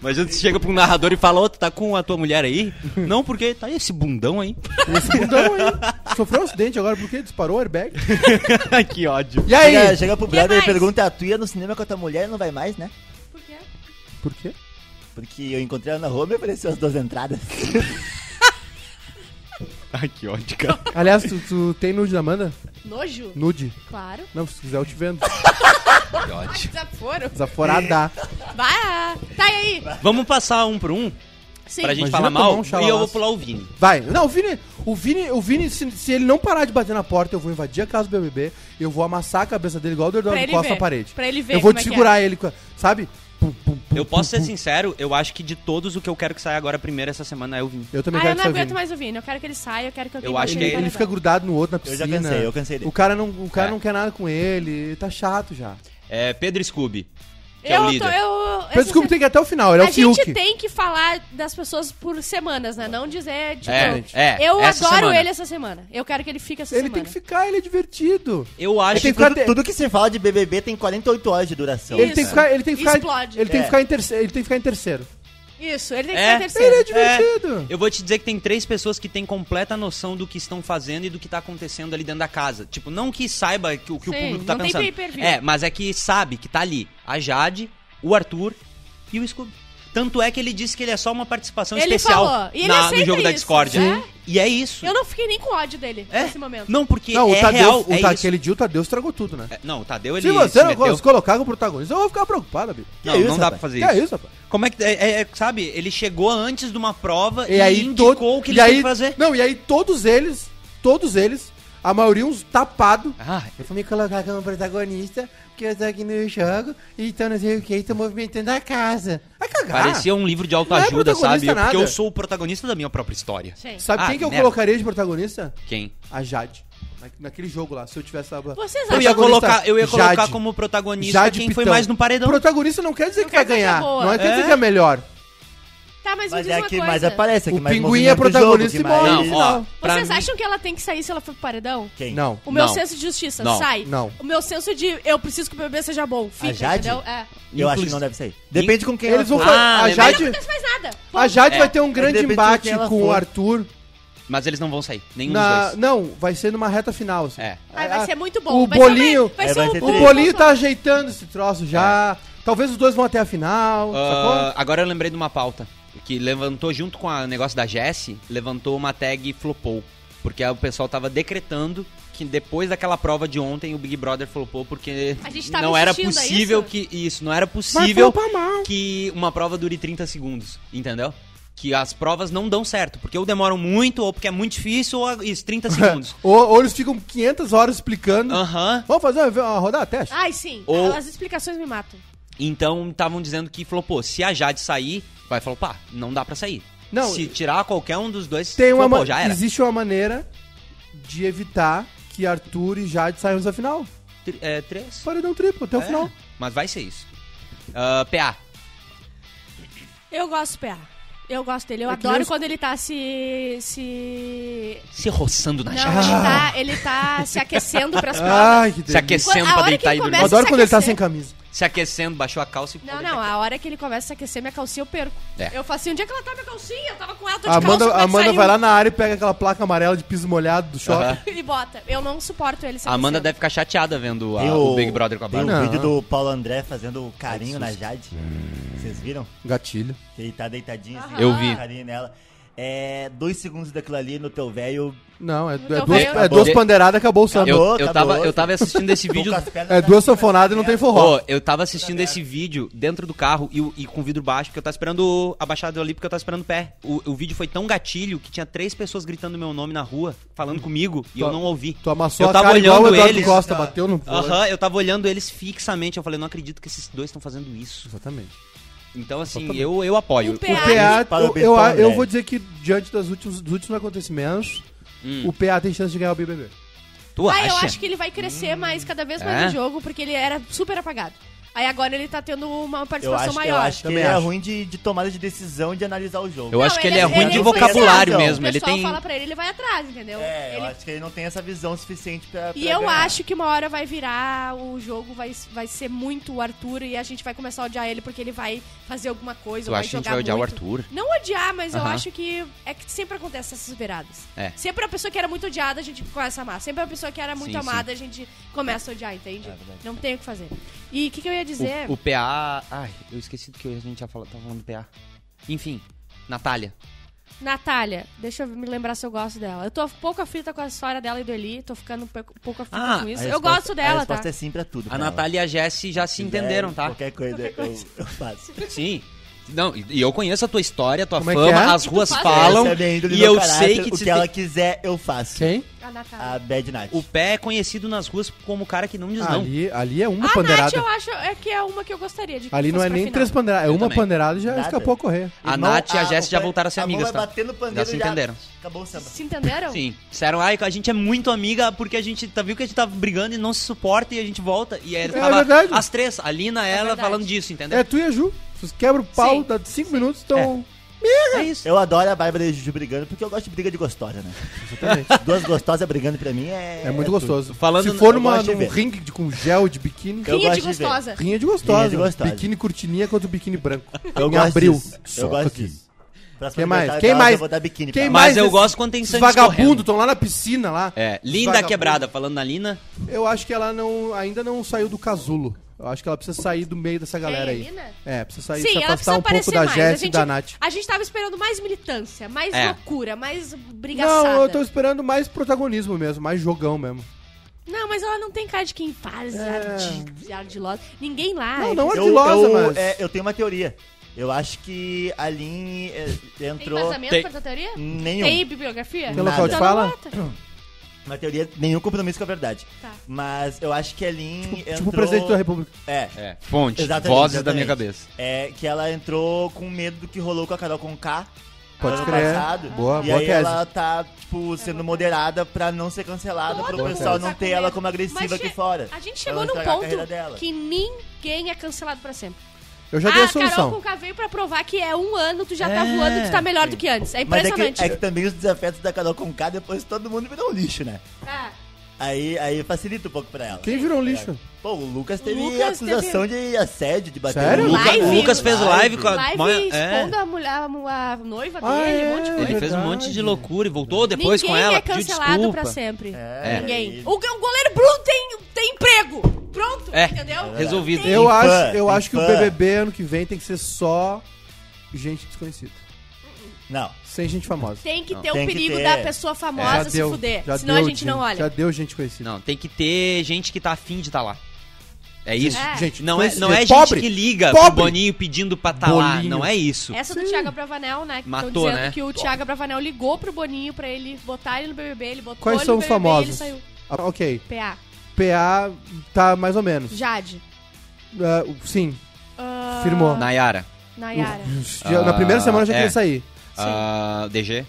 S4: Imagina que se chega pra um narrador e fala, ô, tu tá com a tua mulher aí? Não, porque tá esse bundão aí.
S2: Então aí, sofreu um acidente agora porque disparou o airbag.
S4: que ódio.
S2: E
S5: Chega,
S2: aí?
S5: chega pro
S3: Que
S5: brother
S3: mais?
S5: e pergunta, tu ia no cinema com a tua mulher e não vai mais, né?
S3: Por quê?
S2: Por quê?
S5: Porque eu encontrei ela na rua e me ofereceu as duas entradas.
S4: Ai, que ódio, cara.
S2: Aliás, tu, tu tem nude na Amanda?
S3: Nojo?
S2: Nude?
S3: Claro.
S2: Não, se quiser eu te vendo.
S4: Que ódio.
S3: Desaforo.
S2: Desaforada.
S3: Vai! Tá e aí.
S4: Vamos passar um por um
S3: Sim.
S4: pra gente
S2: Imagina
S4: falar
S2: tomar
S4: mal e
S2: um
S4: eu vou
S2: xalalaço.
S4: pular o Vini.
S2: Vai. Não, o Vini, o Vini, o Vini se, se ele não parar de bater na porta, eu vou invadir a casa do BBB, eu vou amassar a cabeça dele igual o
S3: Pra
S2: Eduardo
S3: ele
S2: Costa
S3: ver.
S2: na parede.
S3: Pra ele ver
S2: Eu vou
S3: como
S2: te
S3: é que é.
S2: segurar ele, com a- sabe? Pum, pum, pum,
S4: Eu
S2: pum,
S4: posso ser
S2: pum.
S4: sincero, eu acho que de todos o que eu quero que saia agora primeiro essa semana é o Vini.
S2: Eu também
S3: Ah, eu
S2: quero
S3: não
S2: que você
S3: aguento
S2: venha.
S3: mais o Vini. Eu quero que ele saia, eu quero que alguém
S4: Eu acho
S3: bote
S4: que
S3: pra
S2: Ele
S4: Ele
S2: fica
S3: nadar.
S2: grudado no outro na
S5: Eu já
S2: piscina.
S5: cansei, eu cansei dele.
S2: O cara não, o cara
S4: É.
S2: não quer nada com ele, tá chato já.
S4: É Pedro Scooby, que é o
S3: Eu
S4: líder.
S3: tô... Eu...
S2: Mas desculpa, tem que ir até o final, ele é
S3: a
S2: o Fiuk.
S3: gente tem que falar das pessoas por semanas, né? Não dizer, tipo,
S4: É, é,
S3: eu
S4: essa
S3: adoro
S4: semana.
S3: ele essa semana. Eu quero que ele fique essa
S2: Ele
S3: semana.
S2: tem que ficar, ele é divertido.
S4: Eu
S2: Ele
S4: acho
S2: É, tem
S4: que
S2: que ficar
S5: Tudo, tudo que se fala de BBB tem 48 horas de duração.
S2: Ele tem
S4: é.
S2: que
S3: Isso.
S2: ficar, ele tem que ficar,
S3: Explode.
S2: ele tem
S5: É.
S2: que ficar em terceiro, ele tem que ficar em terceiro.
S3: Isso, ele tem que
S4: É.
S3: ficar terceiro.
S2: Ele é divertido.
S4: Eu vou te dizer que tem três pessoas que têm completa noção do que estão fazendo e do que tá acontecendo ali dentro da casa. Tipo, não que saiba que, o que o
S3: Sim,
S4: público tá
S3: não tem
S4: pensando.
S3: pay-per-view.
S4: é, mas é que sabe que tá ali. A Jade, o Arthur e o Scooby. Tanto é que ele disse que ele é só uma participação
S3: Ele
S4: especial
S3: falou. E ele
S4: na- no
S3: aceita
S4: jogo da
S3: isso,
S4: Discord.
S3: né?
S4: E é isso.
S3: Eu não fiquei nem com ódio dele
S4: É?
S3: nesse momento.
S4: Não, porque
S2: Não,
S4: é
S2: o Tadeu,
S4: real,
S2: o
S4: é
S2: Ta-
S4: isso.
S2: aquele dia o Tadeu estragou tudo, né?
S4: É, Não, o Tadeu, ele
S2: Se você
S4: se
S2: não
S4: meteu.
S2: se colocar como protagonista, eu vou ficar preocupado, amigo.
S4: Não,
S5: Que
S4: não
S5: isso,
S4: dá pra
S5: rapaz?
S4: fazer
S2: Que
S4: isso.
S2: é isso, rapaz?
S4: Como é que... é- é- sabe, ele chegou antes de uma prova e,
S2: E aí
S4: indicou
S2: todo-
S4: o que
S2: e
S4: ele
S2: aí,
S4: tem que fazer.
S2: Não, e aí todos eles, todos eles, a maioria uns tapados.
S4: Ah,
S2: Eu vou me colocar como protagonista, porque eu tô aqui no jogo, então não sei o que, tô movimentando a casa. Vai cagar.
S4: parecia um livro de
S2: Não é
S4: autoajuda, sabe?
S2: protagonista
S4: Porque eu
S2: nada.
S4: sou o protagonista da minha própria história.
S3: Gente.
S2: Sabe
S4: Ah,
S2: quem que eu
S4: merda.
S2: colocaria de protagonista?
S4: Quem?
S2: A Jade. Na- Naquele jogo lá, se eu tivesse a...
S4: Eu
S3: Vocês
S4: ia
S3: acham
S2: Protagonista,
S4: colocar, eu ia colocar
S2: tá- Jade.
S4: como protagonista
S2: Jade
S4: quem foi
S2: Pitão.
S4: mais no paredão.
S2: Protagonista não quer dizer
S3: Não
S2: que vai
S3: quer dizer que é
S2: ganhar.
S3: boa.
S2: não é quer
S4: É?
S2: dizer que é melhor.
S3: Tá, mas me
S5: Mas
S3: diz
S5: é
S3: uma
S5: que
S3: coisa.
S5: mais aparece, é que
S2: O
S5: mais
S2: pinguim é
S5: movimenta o jogo,
S2: protagonista
S5: que
S2: e
S5: mais-
S2: morre.
S4: Não, ó. pra
S3: Vocês
S4: mim-
S3: acham que ela tem que sair se ela for pro paredão?
S5: Quem?
S2: Não.
S3: O meu
S4: Não.
S3: senso de justiça,
S4: Não.
S3: sai.
S2: Não. Ah,
S3: O meu senso de eu preciso que o meu bebê seja bom. Fica,
S5: Jade?
S3: entendeu? É.
S5: Eu acho que
S4: Inclusive-
S5: não deve sair. Depende com quem
S2: Eles vão
S5: ela for.
S2: fazer...
S4: Ah,
S2: a
S4: lembrei.
S3: Aí não
S2: Jade,
S3: acontece mais nada. Ponto.
S2: a Jade
S4: É.
S2: vai ter um grande
S5: Depende de
S2: embate
S5: quem ela
S2: com o
S5: for.
S2: Arthur.
S4: Mas eles não vão sair. Nenhum um dos
S2: Na...
S4: dois.
S2: Não, vai ser numa reta final. assim.
S4: É.
S3: Ai,
S2: Ah,
S3: vai ser muito bom.
S2: O
S3: vai
S2: bolinho...
S3: Ser, vai
S5: É,
S3: ser
S5: vai
S3: um
S5: ser
S3: bom-
S2: O
S5: triste.
S2: bolinho tá ajeitando esse troço já. Talvez os dois vão até a final.
S4: É. Ah,
S2: sacou?
S4: agora eu lembrei de uma pauta que levantou junto com o negócio da Jessie, levantou uma tag flopou. Porque aí o pessoal tava decretando que depois daquela prova de ontem o Big Brother flopou porque
S3: A gente tava
S4: não era
S3: assistindo a
S4: possível
S3: isso?
S4: que isso, não era possível
S2: flopar mal.
S4: que uma prova dure 30 segundos, entendeu? Que as provas não dão certo, porque ou demoram muito, ou porque é muito difícil, ou isso, 30 segundos.
S2: Ou, ou eles ficam 500 horas explicando.
S4: Aham.
S2: Vamos fazer uma, uma rodada teste?
S3: Ai, sim.
S4: Ou-
S3: As explicações me matam.
S4: Então estavam dizendo que flopou. Se a Jade sair, vai flopar. Não dá pra sair.
S2: Não,
S4: Se tirar qualquer um dos dois,
S2: Tem uma
S4: flopou,
S2: ma-
S4: já era.
S2: Existe uma maneira de evitar que Arthur e Jade saiam da final.
S4: Tri- É, três.
S2: Paredão triplo, até o
S4: É,
S2: final.
S4: Mas vai ser isso. Ah, PA.
S3: Eu gosto do PA. Eu gosto dele. Eu
S2: É que nem
S3: adoro
S2: os-
S3: quando ele tá se. se.
S4: Se roçando na
S3: Não,
S4: Jade.
S2: Ah,
S3: ele, tá, ele tá se aquecendo pras provas.
S2: Ai, que
S4: Ah. Se
S2: delícia.
S4: aquecendo
S3: A
S4: pra
S3: hora que
S4: deitar e
S3: ele
S4: dormir.
S2: Eu
S3: começa-
S2: adoro
S3: se
S2: quando ele tá
S3: aquecer.
S2: sem camisa.
S4: Se aquecendo, baixou a calça e
S3: Não,
S4: pô,
S3: não,
S4: deitar.
S3: a hora que ele começa a aquecer minha calcinha, eu perco.
S4: É.
S3: Eu falo assim, onde é que ela tá minha calcinha? Eu tava com ela, tô de
S2: A Amanda,
S3: calça, é
S2: a Amanda
S3: saiu?
S2: vai lá na área e pega aquela placa amarela de piso molhado do shopping.
S4: Aham.
S3: E bota. Eu não suporto ele se
S4: A Amanda
S3: aquecendo.
S4: deve ficar chateada vendo a-
S5: Tem
S4: Ah, o Big Brother com a
S5: Tem
S4: barba.
S5: o
S2: Não.
S5: vídeo do Paulo André fazendo carinho na Jade. Vocês viram?
S2: Gatilho.
S5: Que Ele tá deitadinho assim,
S4: Eu
S5: dando
S4: vi.
S5: carinho nela. É, dois segundos daquilo ali no teu velho.
S2: Não, é, é
S3: Então
S2: duas,
S3: vai-
S2: é duas pandeiradas acabou o samba.
S4: Eu,
S5: Acabou,
S4: eu,
S5: acabou.
S4: tava, eu tava assistindo esse vídeo.
S5: com as pernas
S2: É
S5: na-
S2: duas sanfonadas e não tem forró.
S4: Ô, eu tava assistindo esse vídeo dentro do carro e, o- e com o vidro baixo, porque eu tava esperando abaixado ali, porque eu tava esperando o pé. O, o vídeo foi tão gatilho que tinha três pessoas gritando meu nome na rua, falando comigo, e eu
S2: Tu-
S4: não ouvi.
S2: Tu amassou
S4: eu
S2: a
S4: tava
S2: cara igual o
S4: olhando
S2: Eduardo
S4: eles.
S2: Costa, bateu no...
S4: Aham, eu tava olhando eles fixamente. Eu falei, não acredito que esses dois estão fazendo isso.
S2: Exatamente.
S4: Então, assim, eu, eu apoio.
S3: O PA.
S2: O PA, eu,
S5: Parabéns,
S2: eu, eu
S5: Paulo André.
S2: vou dizer que diante das últimas- dos últimos acontecimentos,
S4: Hum.
S2: o PA tem chance de ganhar o BBB.
S4: Tu
S3: Ah,
S4: acha?
S3: eu acho que ele vai crescer
S5: Hum.
S3: mais, cada vez mais
S4: É?
S3: no jogo, porque ele era super apagado. Aí agora ele tá tendo uma
S5: Eu
S3: participação
S5: acho, que- eu
S3: maior.
S5: acho que
S2: Também
S5: ele é
S2: acho.
S5: ruim de, de tomada de decisão e de analisar o jogo.
S4: Eu acho que ele,
S3: ele
S4: é
S3: é-
S4: ruim
S3: ele
S4: de
S3: é
S4: vocabulário
S5: influenciado.
S3: o
S4: mesmo.
S3: pessoal
S4: Ele tem.
S3: fala pra ele, ele vai atrás, entendeu?
S5: É, eu
S3: Ele-
S5: acho que ele não tem essa visão suficiente pra. pra
S3: E eu
S5: ganhar.
S3: acho que uma hora vai virar, o jogo vai, vai ser muito o Arthur e a gente vai começar a odiar ele porque ele vai fazer alguma coisa,
S4: Tu
S3: ou vai
S4: acha que a gente
S3: jogar
S4: vai odiar o
S3: muito.
S4: Arthur?
S3: Não odiar, mas eu
S4: Aham.
S3: acho que é que sempre acontece essas viradas.
S4: É.
S3: Sempre a pessoa que era muito odiada, a gente começa a amar. Sempre a pessoa que era muito
S4: Sim,
S3: amada, a gente começa a odiar, entende? não tem o que fazer. E o que, que eu ia dizer?
S4: O, o PA. Ai, eu esqueci do que a gente já falou, tava falando do PA. Enfim, Natália.
S3: Natália, deixa eu me lembrar se eu gosto dela. Eu tô pouco aflita com a história dela e do Eli, tô ficando um pouco pouco aflita
S4: Ah,
S3: com
S5: A
S3: isso. eu
S5: resposta-
S3: gosto dela,
S5: A resposta
S3: tá?
S5: é sim pra tudo.
S4: A
S5: pra ela.
S4: Natália e a Jessie já se
S5: Se
S4: entenderam,
S5: quiser,
S4: tá?
S5: Qualquer coisa, Eu, eu faço.
S4: Sim. Não, e e eu conheço a tua história, a tua
S2: Como é que
S4: fama,
S2: é?
S4: as ruas
S3: faz
S4: falam.
S5: Essa é a minha índole,
S4: E
S5: meu
S4: eu
S5: caráter,
S4: sei que,
S5: O
S4: te
S5: que
S4: tem-
S5: ela quiser, eu faço.
S2: Quem?
S3: A Natália.
S5: A Bad Night.
S4: o pé é conhecido nas ruas como o cara que não diz não.
S2: Ali, ali é uma
S3: A Ah, Nath,
S2: pandeirada.
S3: eu acho é que é uma que eu gostaria de que
S2: Ali não
S3: fosse
S2: é
S3: pra
S2: nem
S3: final.
S2: três pandeiradas, é uma
S4: também.
S2: pandeirada e já
S5: Nada.
S2: escapou a correr.
S4: A
S5: Irmão, ah,
S4: Nath e a Jess já
S5: o-
S4: voltaram a ser
S5: mão
S4: amigas,
S5: vai
S4: tá?
S5: bater no pandeiro
S4: Já se
S5: e
S4: entenderam.
S5: Acabou o samba.
S3: Se entenderam?
S4: Sim. Disseram, ai, a gente é muito amiga porque a gente tá, viu que a gente tava brigando e não se suporta e a gente volta. E aí
S2: É
S4: tava
S2: verdade.
S4: as três, a Lina, ela,
S3: É verdade.
S4: falando disso, entendeu?
S2: É tu e a Ju. Vocês quebram o pau,
S3: Sim.
S2: dá cinco minutos, então.
S4: É isso.
S5: Eu adoro a Bárbara e a Juju brigando, porque eu gosto de briga de gostosa, né? Duas gostosas brigando pra mim é...
S2: É, muito
S5: tudo.
S2: gostoso.
S4: Falando
S2: Se for
S5: no- eu
S2: numa,
S5: gosto de
S2: num
S5: ver.
S2: ringue de- com gel de biquíni,
S5: Eu
S3: Rinha é de
S5: gosto de ver.
S3: gostosa.
S2: rinha de gostosa.
S5: Rinha de gostosa.
S2: Biquíni cortininha contra o biquíni branco.
S5: Eu
S2: Em
S5: gosto
S2: abril.
S5: disso.
S2: Só
S5: Eu gosto
S2: aqui.
S5: disso. Próximo
S2: Quem mais?
S5: aniversário
S2: Quem
S5: dela,
S2: mais?
S5: Eu vou dar biquíni
S2: Quem
S5: pra
S2: mais?
S5: mais?
S4: Mas eu
S2: esses
S4: gosto quando tem
S2: Esses
S4: sangue
S2: vagabundo
S4: escorrendo.
S2: estão lá na piscina lá.
S4: É,
S2: Esses
S4: linda
S2: vagabundo.
S4: quebrada, falando na Lina.
S2: Eu acho que ela não, ainda não saiu do casulo. Eu acho que ela precisa sair do meio dessa galera aí.
S3: Elina?
S2: É, precisa sair,
S3: Sim,
S2: se
S3: ela precisa
S2: afastar um pouco
S3: aparecer
S2: da
S3: mais. A
S2: Jess e
S3: gente,
S2: da Nath.
S3: a gente tava esperando mais militância, mais
S4: É.
S3: loucura, mais brigaçada.
S2: Não, eu tô esperando mais protagonismo mesmo, mais jogão mesmo.
S3: Não, mas ela não tem cara de quem faz ardi- ardilosa. Ninguém lá. é-
S2: É. Não, não
S5: Eu,
S2: Ardilosa,
S5: eu,
S2: mas-
S5: é, eu tenho uma teoria. Eu acho que a Lin é,
S3: Tem
S5: entrou.
S3: vazamento
S4: Tem.
S3: pra tua teoria?
S5: Nenhum.
S3: Tem bibliografia?
S2: Tem
S5: local
S3: Então
S5: de
S3: não
S2: fala?
S3: bota.
S5: Uma teoria, nenhum compromisso com a verdade.
S3: Tá.
S5: Mas eu acho que a Lin entrou.
S2: Tipo o presidente da República.
S5: É.
S4: É, fonte,
S5: Exatamente,
S4: vozes da minha
S5: exatamente.
S4: cabeça.
S5: É que ela entrou com medo do que rolou com a Carol Conká.
S2: Pode
S5: ano
S2: crer.
S5: passado.
S2: Boa-
S5: e
S2: boa
S5: aí
S2: tese.
S5: ela tá, tipo, sendo moderada pra não ser cancelada, pro
S3: Todo
S5: pessoal
S3: mundo
S5: não
S3: tá
S5: ter
S3: com
S5: ela
S3: medo.
S5: como agressiva
S3: Mas
S5: aqui
S3: che-
S5: fora.
S3: A gente
S5: Pra
S3: chegou
S5: não
S3: num
S5: estragar a carreira
S3: ponto
S5: dela.
S3: que ninguém é cancelado pra sempre. Ah,
S2: Eu já dei a
S3: Carol
S2: solução.
S3: Conká veio pra provar que é um ano, tu já tá voando, tu tá melhor do que antes. É
S5: Mas é que,
S3: impressionante.
S5: é que também os desafetos da Carol Conká, depois todo mundo virou um lixo, né?
S3: Ah,
S5: Aí, aí facilita um pouco pra ela.
S2: Quem virou um lixo?
S5: Pô, o Lucas teve
S3: Lucas
S5: acusação de assédio, de bater
S2: Sério?
S5: no
S4: Luca-
S3: Live.
S4: o Lucas fez live com a.
S3: live
S4: mó-
S3: expondo
S5: é.
S3: a mulher, a, a noiva
S2: Ah,
S3: dele, um
S2: é,
S3: monte de coisa.
S4: Ele fez um
S2: Verdade.
S4: monte de loucura e voltou depois
S3: Ninguém
S4: com ela.
S3: é
S4: pediu
S3: cancelado
S4: desculpa.
S3: pra sempre.
S5: É.
S3: Ninguém.
S5: É.
S3: O, o goleiro Bruno tem, tem emprego. Pronto,
S4: É.
S3: entendeu?
S4: Resolvido.
S3: Tem-
S2: Eu
S5: fã,
S2: acho, eu
S5: tem
S2: acho que o
S5: fã.
S2: BBB ano que vem tem que ser só gente desconhecida.
S5: Não.
S2: Sem gente famosa.
S3: Tem que ter o
S5: Tem que
S3: perigo
S5: ter.
S3: da pessoa
S4: É.
S3: famosa se fuder. Senão a gente não olha.
S2: Já deu gente conhecida.
S4: Não, tem que ter gente que tá afim de estar lá. É isso.
S3: É.
S2: Gente
S4: Não é, não é
S2: conhecida.
S4: gente que liga
S2: Pobre.
S4: pro Boninho pedindo pra tá lá.
S2: Bolinho.
S4: Não é isso.
S3: Essa do Thiago Bravanel, né? Que
S4: Matou,
S3: tão dizendo
S4: né?
S3: que o Thiago Bravanel ligou pro Boninho pra ele botar ele no BBB, ele botou
S2: Quais
S3: ele
S2: são
S3: no
S2: os
S3: BBB,
S2: famosos?
S3: ele saiu.
S2: Ah, ok.
S3: PA.
S2: PA tá mais ou menos.
S3: Jade.
S2: Ah, sim, firmou.
S4: Nayara.
S3: Nayara.
S2: Já- Na primeira
S4: Ah,
S2: semana já queria
S4: é.
S2: sair.
S4: ah, DG.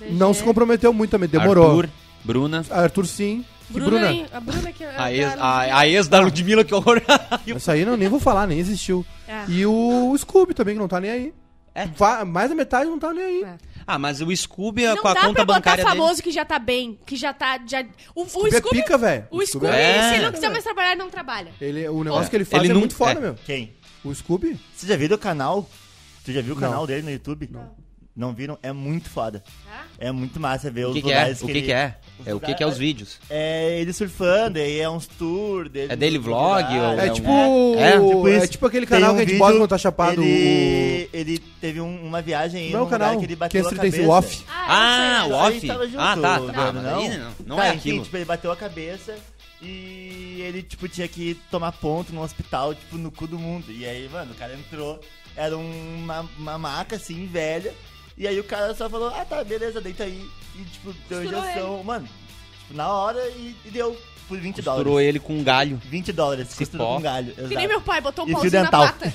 S3: DG.
S2: Não se comprometeu muito também, demorou. Arthur,
S4: Arthur. Bruna.
S2: sim. E
S3: Bruna,
S2: Bruna.
S3: hein? A Bruna que...
S4: A ex,
S3: ela-
S4: a, a ex da Ludmilla, que horror.
S2: Essa aí não, nem vou falar, nem existiu.
S3: É.
S2: E o Scooby também, que não tá nem aí.
S4: É.
S2: Va- Mais da metade não tá nem aí.
S3: É.
S4: ah, mas o Scooby
S3: Não
S4: com a
S3: dá
S4: conta
S3: pra botar
S4: bancária dele.
S3: famoso que já tá bem, que já tá... Já... O, o Scooby...
S2: é pica, velho.
S3: O Scooby,
S4: é-
S3: se ele não quiser mais trabalhar, ele não trabalha.
S2: Ele, o negócio
S4: É.
S2: que ele faz
S4: Ele
S2: é
S4: não-
S2: muito foda,
S4: é.
S2: meu.
S5: Quem?
S2: O Scooby?
S5: Você já viu o canal? Tu já viu o
S2: Não.
S5: canal dele no YouTube? Não. Não viram? É muito foda.
S3: Tá?
S5: É muito massa ver
S4: O
S5: os
S4: que, que é?
S5: lugares
S4: O que, que
S5: ele-
S4: é? É o que, que é os vídeos?
S5: É ele surfando, aí é uns tour dele.
S4: É dele
S5: nos
S4: vlog
S5: lugares.
S4: ou
S2: É,
S4: um-
S2: tipo.
S4: é,
S2: É,
S5: isso.
S2: tipo aquele
S5: Tem
S2: canal
S5: um
S2: que a gente
S5: vídeo,
S2: bota quando tá chapado.
S5: Ele, ele teve um- uma viagem
S2: O...
S5: em
S2: Não é
S5: um
S2: o canal
S5: lugar que ele bateu a
S2: 536
S5: cabeça.
S2: Off.
S4: Ah,
S3: eu
S4: o
S3: sei.
S5: A
S4: off?
S5: gente tava junto,
S4: Ah, tá, tá.
S5: Bruno,
S4: mas
S5: não?
S4: aí não, não
S5: Tá,
S4: é
S5: enfim,
S4: aquilo.
S5: tipo, ele bateu a cabeça e ele, tipo, tinha que tomar ponto num hospital, tipo, no cu do mundo. E aí, mano, o cara entrou, era uma, uma maca, assim, velha. E aí o cara só falou, ah, tá, beleza, deita aí. E, tipo, deu
S3: Costurou
S5: injeção, mano, tipo, na hora e, e deu por 20
S4: Costurou
S5: dólares.
S4: ele com um galho.
S5: 20 dólares,
S4: Cipó.
S5: costurou com galho.
S3: Que nem meu pai, botou um
S5: E fio
S3: pauzinho na
S5: dental.
S3: pata.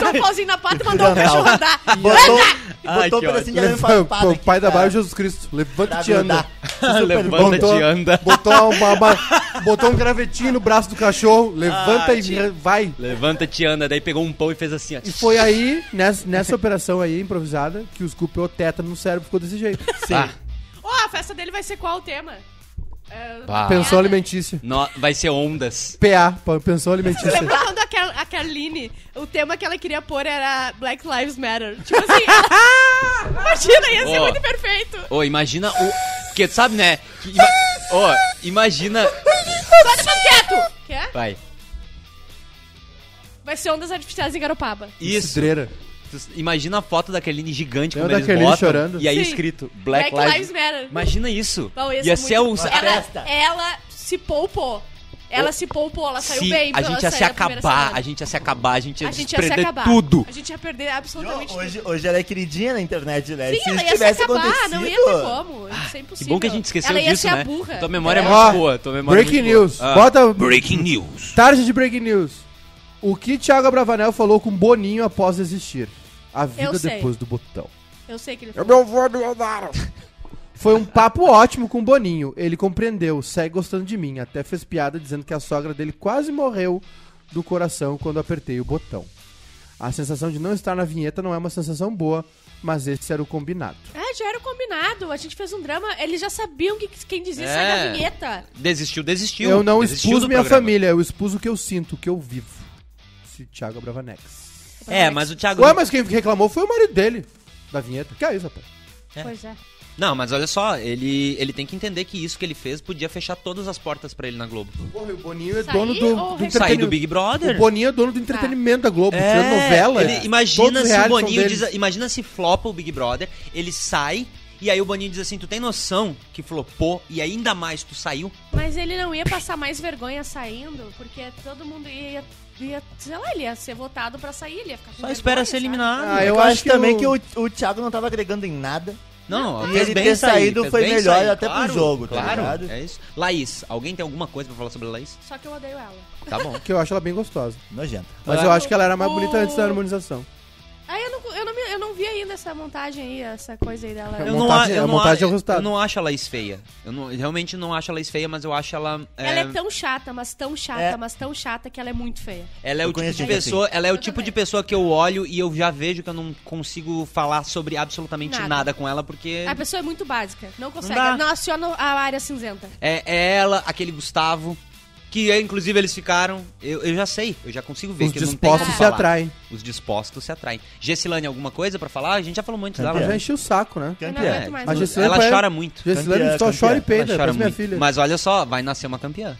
S3: botou um pauzinho na pata e mandou o
S5: dental.
S3: cachorro andar.
S5: Botou,
S4: Ai,
S5: botou
S4: que
S5: um pedacinho de arame
S2: Leva-
S5: farpado
S2: O
S5: aqui,
S2: pai da
S5: cara,
S2: barba
S4: né?
S2: é Jesus Cristo.
S5: pra
S2: Levanta-te e anda.
S5: grudar.
S4: Levanta de anda.
S2: Botou, uma, uma- botou um gravetinho no braço do cachorro. Levanta
S4: Ah,
S2: e
S4: tio.
S2: vai.
S4: Levanta, te anda. Daí pegou um pão e fez assim, ó.
S2: E foi aí, nessa, nessa operação aí, improvisada, que o Scoop pegou tétano no cérebro ficou desse jeito. Sim.
S4: Ah,
S3: Ó, a festa dele vai ser qual o tema? É,
S4: Bah.
S2: Pensão alimentícia.
S4: no- vai ser ondas.
S2: PA, pa- pensão alimentícia.
S3: Lembra quando a, Car a Carline, o tema que ela queria pôr era Black Lives Matter. Tipo assim, ela- imagina, ia ser
S4: Ó.
S3: muito perfeito.
S4: Ô, imagina o... Porque tu sabe, né? que ima- Ô, imagina...
S3: Só deixa quieto. Quer?
S4: Vai.
S3: Vai ser ondas artificiais em Garopaba.
S4: Isso.
S2: Cidreira.
S4: Tu Imagina a foto da Kerline gigante
S2: Lembra
S4: quando eles
S2: da Kerline
S4: botam.
S2: chorando?
S4: E aí
S3: Sim.
S4: escrito
S3: Black,
S4: Black,
S3: Lives
S4: Lives
S3: Matter.
S4: Imagina isso.
S3: Bom, ia ser
S4: Ia ser um o...
S3: muito-
S5: a
S3: ela,
S5: festa.
S3: ela se poupou. Ela se poupou, ela saiu
S4: Se
S3: bem.
S4: a
S3: ela
S4: gente ia
S3: saiu
S4: se
S3: na primeira
S4: acabar,
S3: semana.
S4: a gente ia se acabar, a gente ia,
S3: A gente ia se
S4: perder
S3: acabar.
S4: tudo.
S3: A gente ia perder absolutamente tudo.
S5: Hoje, hoje ela é queridinha na internet, né?
S3: Sim,
S5: Se
S3: ela
S5: isso
S3: ia se
S5: tivesse
S3: acabar,
S5: acontecido...
S3: não ia ter como. Isso é
S4: Ah, Que
S3: impossível.
S4: bom que a gente esqueceu
S3: ela ia
S4: disso,
S3: ser
S4: né?
S3: A burra.
S4: Tua memória é,
S2: É.
S4: muito
S2: Ó,
S4: boa. Tua memória é
S2: Breaking
S4: muito boa.
S2: news. Bota-
S4: Breaking news.
S2: Tarde de breaking news. O que Thiago Abravanel falou com Boninho após desistir? A vida
S3: Eu sei.
S2: depois do botão.
S3: Eu sei
S5: É
S3: que ele
S2: Eu não vou me andar. Foi um papo ótimo com o Boninho. Ele compreendeu, segue gostando de mim. Até fez piada dizendo que a sogra dele quase morreu do coração quando apertei o botão. A sensação de não estar na vinheta não é uma sensação boa, mas esse era o combinado.
S3: É, já era o combinado. A gente fez um drama. Eles já sabiam que quem dizia isso
S4: É.
S3: era a vinheta.
S4: Desistiu, desistiu.
S2: eu não
S4: Desistiu
S2: expus
S4: do
S2: minha
S4: programa.
S2: família, eu expus o que eu sinto, o que eu vivo. Disse Thiago Abravanex.
S4: É, mas o Thiago.
S2: Ué, mas quem reclamou foi o marido dele, da vinheta. Que é isso, rapaz?
S3: Pois é.
S4: Não, mas olha só, ele, ele tem que entender que isso que ele fez podia fechar todas as portas pra ele na Globo.
S2: Porra, e o Boninho é
S3: Sair
S2: dono do,
S3: ou recusar?
S2: do
S4: Sair do
S2: entretenimento.
S4: Big Brother.
S2: O Boninho é dono do entretenimento da Globo, tirando novela.
S4: ele-
S2: é. Todos
S4: imagina
S2: os
S4: se o
S2: realities são
S4: Boninho
S2: deles.
S4: diz, imagina se flopa o Big Brother, ele sai e aí o Boninho diz assim: "Tu tem noção que flopou e ainda mais tu saiu?"
S3: Mas ele não ia passar mais vergonha saindo, porque todo mundo ia, ia sei lá, ele ia ser votado pra sair, ele ia ficar com
S4: Só
S3: vergonha,
S4: espera ser
S3: sabe?
S4: eliminado.
S2: Ah, eu
S5: eu,
S2: acho
S5: acho
S2: que
S5: também
S2: o-
S5: é que o, o Thiago não tava agregando em nada.
S4: Não,
S5: E
S4: fez
S5: ele
S4: bem
S5: ter
S4: sair,
S5: saído
S4: fez
S5: foi
S4: bem
S5: melhor até pro jogo, tá
S4: claro,
S5: ligado?
S4: é isso. Laís, alguém tem alguma coisa pra falar sobre a Laís?
S3: Só que eu odeio ela.
S4: Tá bom.
S2: Que eu acho ela bem gostosa.
S5: Nojento.
S2: Mas
S4: Ah.
S2: eu acho que ela era mais bonita
S3: O-
S2: antes da harmonização.
S3: Ah, eu não, eu, não, me- eu não vi ainda essa montagem aí, essa coisa aí dela.
S2: É
S4: Eu
S2: uma
S4: não,
S2: montagem-
S4: a- eu
S2: a
S4: não a-
S2: montagem é o resultado.
S4: eu não acho a Laís feia. Eu não- realmente não acho a Laís feia, mas eu acho ela. é,
S3: Ela é tão chata, mas tão chata,
S5: É.
S3: mas tão chata que ela é muito feia.
S4: Ela é
S5: Eu
S4: o tipo
S5: conheço
S4: de
S5: gente
S4: pessoa,
S2: assim.
S4: ela é o
S3: Eu
S4: tipo
S3: também.
S4: de pessoa que eu olho e eu já vejo que eu não consigo falar sobre absolutamente nada,
S3: Nada.
S4: com ela porque
S3: A pessoa é muito básica, não consegue.
S4: dá.
S3: Não, aciona a área cinzenta.
S4: é, é ela, aquele Gustavo, que é, inclusive eles ficaram, eu, eu já sei, eu já consigo ver
S2: Os
S4: que não tem
S2: dispostos
S4: como
S2: se
S4: falar.
S2: atraem.
S4: Os dispostos se atraem. Gessilane, alguma coisa pra falar? A gente já falou muito
S5: Campeã.
S4: dela.
S2: Ela já
S4: né?
S2: encheu o saco, né?
S3: Eu não
S5: Campeã.
S3: aguento mais.
S2: A
S3: não.
S2: Gessilane
S4: Ela
S2: parece-
S4: chora muito.
S2: Gessilane
S5: Campeã,
S2: só
S5: campeã.
S2: chora e peida,
S4: Ela chora
S2: parece minha
S4: muito.
S2: filha.
S4: Mas olha só, vai nascer uma campeã.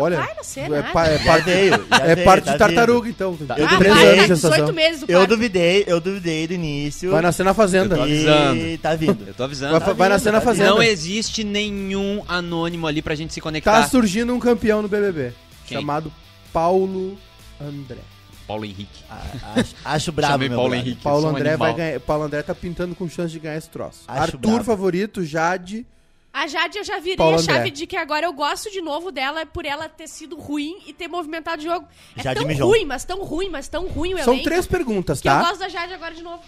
S2: Olha,
S3: Vai nascer,
S2: é,
S3: nada.
S2: pa- é
S5: Já
S2: parte,
S5: veio, já
S2: é
S5: veio,
S2: parte
S5: tá
S2: de
S5: vindo.
S2: tartaruga, então. Tem
S5: Eu
S3: Ah,
S5: duvido.
S2: três
S3: vai,
S5: Três
S2: anos de
S3: tá
S2: gestação.
S3: 18 meses do
S5: Eu
S3: parto.
S5: duvidei, eu duvidei do início.
S2: Vai nascer na
S5: e
S2: fazenda.
S4: Eu tô avisando.
S5: tá vindo.
S4: Eu tô avisando.
S2: Vai,
S5: Tá
S2: vai nascer
S5: vindo,
S2: na
S5: tá
S2: fazenda.
S4: Não existe nenhum anônimo ali pra gente se conectar.
S2: Tá surgindo um campeão no BBB.
S4: Quem?
S2: Chamado Paulo André.
S4: Paulo Henrique.
S5: Ah, acho, acho bravo,
S4: Chamei
S5: meu
S4: Paulo
S5: brother.
S4: Henrique.
S2: Paulo
S4: eu sou um
S2: André, vai
S4: animal.
S2: ganhar, Paulo André tá pintando com chance de ganhar esse troço.
S5: Acho
S2: Arthur,
S5: bravo.
S2: favorito, Jade.
S3: A Jade eu já virei
S2: Paula
S3: a chave
S2: André.
S3: de que agora eu gosto de novo dela por ela ter sido ruim e ter movimentado o jogo. É
S5: Jade
S3: tão
S5: Mijão.
S3: ruim, mas tão ruim, mas tão ruim o
S2: São
S3: elenco
S2: três perguntas,
S3: que eu
S2: tá?
S3: gosto da Jade agora de novo.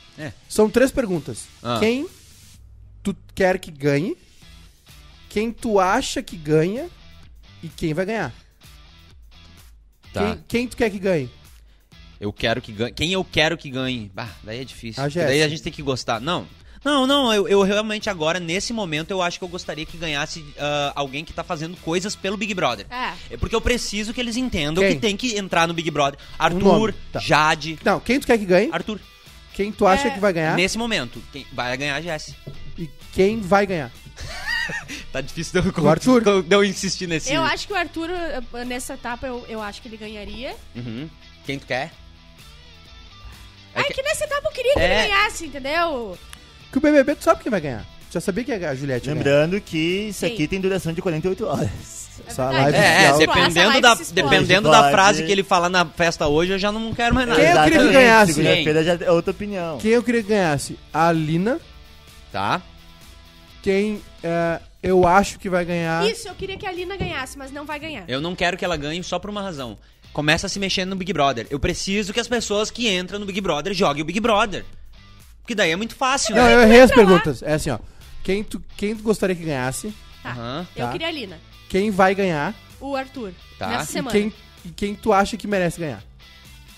S2: São três perguntas.
S4: Ah.
S2: Quem tu quer que ganhe? Quem tu acha que ganha? E quem vai ganhar?
S4: Tá.
S2: Quem, quem tu quer que ganhe?
S4: Eu quero que ganhe. Quem eu quero que ganhe? Bah, daí é difícil.
S2: A Ah, Jéssica.
S4: daí a gente tem que gostar. Não. Não, não, eu, eu realmente agora, nesse momento, eu acho que eu gostaria que ganhasse ah, alguém que tá fazendo coisas pelo Big Brother.
S3: É.
S4: É porque eu preciso que eles entendam
S2: Quem?
S4: que tem que entrar no Big Brother. Arthur,
S2: nome, tá.
S4: Jade.
S2: Não, quem tu quer que ganhe?
S4: Arthur,
S2: Quem tu
S3: É.
S2: acha que vai ganhar?
S4: nesse momento, quem vai ganhar a Jesse.
S2: E quem vai ganhar?
S4: Tá difícil de eu,
S2: O Arthur.
S4: de eu insistir nesse.
S3: Eu acho que o Arthur, eh, nessa etapa, eu, eu acho que ele ganharia.
S4: Uhum. Quem tu quer?
S3: É que... nessa etapa eu queria que
S4: É.
S3: ele ganhasse, entendeu?
S2: Que o BBB tu sabe quem vai ganhar. Já sabia que ia ganhar a Juliette. né? ia ganhar.
S5: Lembrando que isso
S3: Sim.
S5: aqui tem duração de 48 horas.
S2: Essa
S3: verdade.
S2: live
S4: É, é
S2: oficial.
S3: se- Essa
S4: dependendo,
S3: live
S4: da,
S3: se explode.
S4: dependendo da
S5: Explode.
S4: frase que ele falar na festa hoje, eu já não quero mais nada.
S2: Quem eu queria que
S5: Exatamente,
S2: ganhasse?
S5: Segunda-feira já é outra opinião.
S2: Quem eu queria que ganhasse? A Alina.
S4: Tá.
S2: Quem eh, eu acho que vai ganhar?
S3: Isso, eu queria que a Lina ganhasse, mas não vai ganhar.
S4: Eu não quero que ela ganhe só por uma razão. Começa a se mexer no Big Brother. Eu preciso que as pessoas que entram no Big Brother joguem o Big Brother. Porque daí é muito fácil,
S2: Não,
S4: né?
S2: eu errei as
S3: pra lá.
S2: perguntas. É assim, ó. Quem tu, quem tu gostaria que ganhasse?
S3: Tá.
S4: Aham,
S3: eu
S2: tá.
S3: queria a Lina,
S2: Quem vai ganhar?
S3: o Arthur,
S4: Tá.
S3: nessa
S4: E
S2: E
S3: semana.
S2: quem, e quem tu acha que merece ganhar?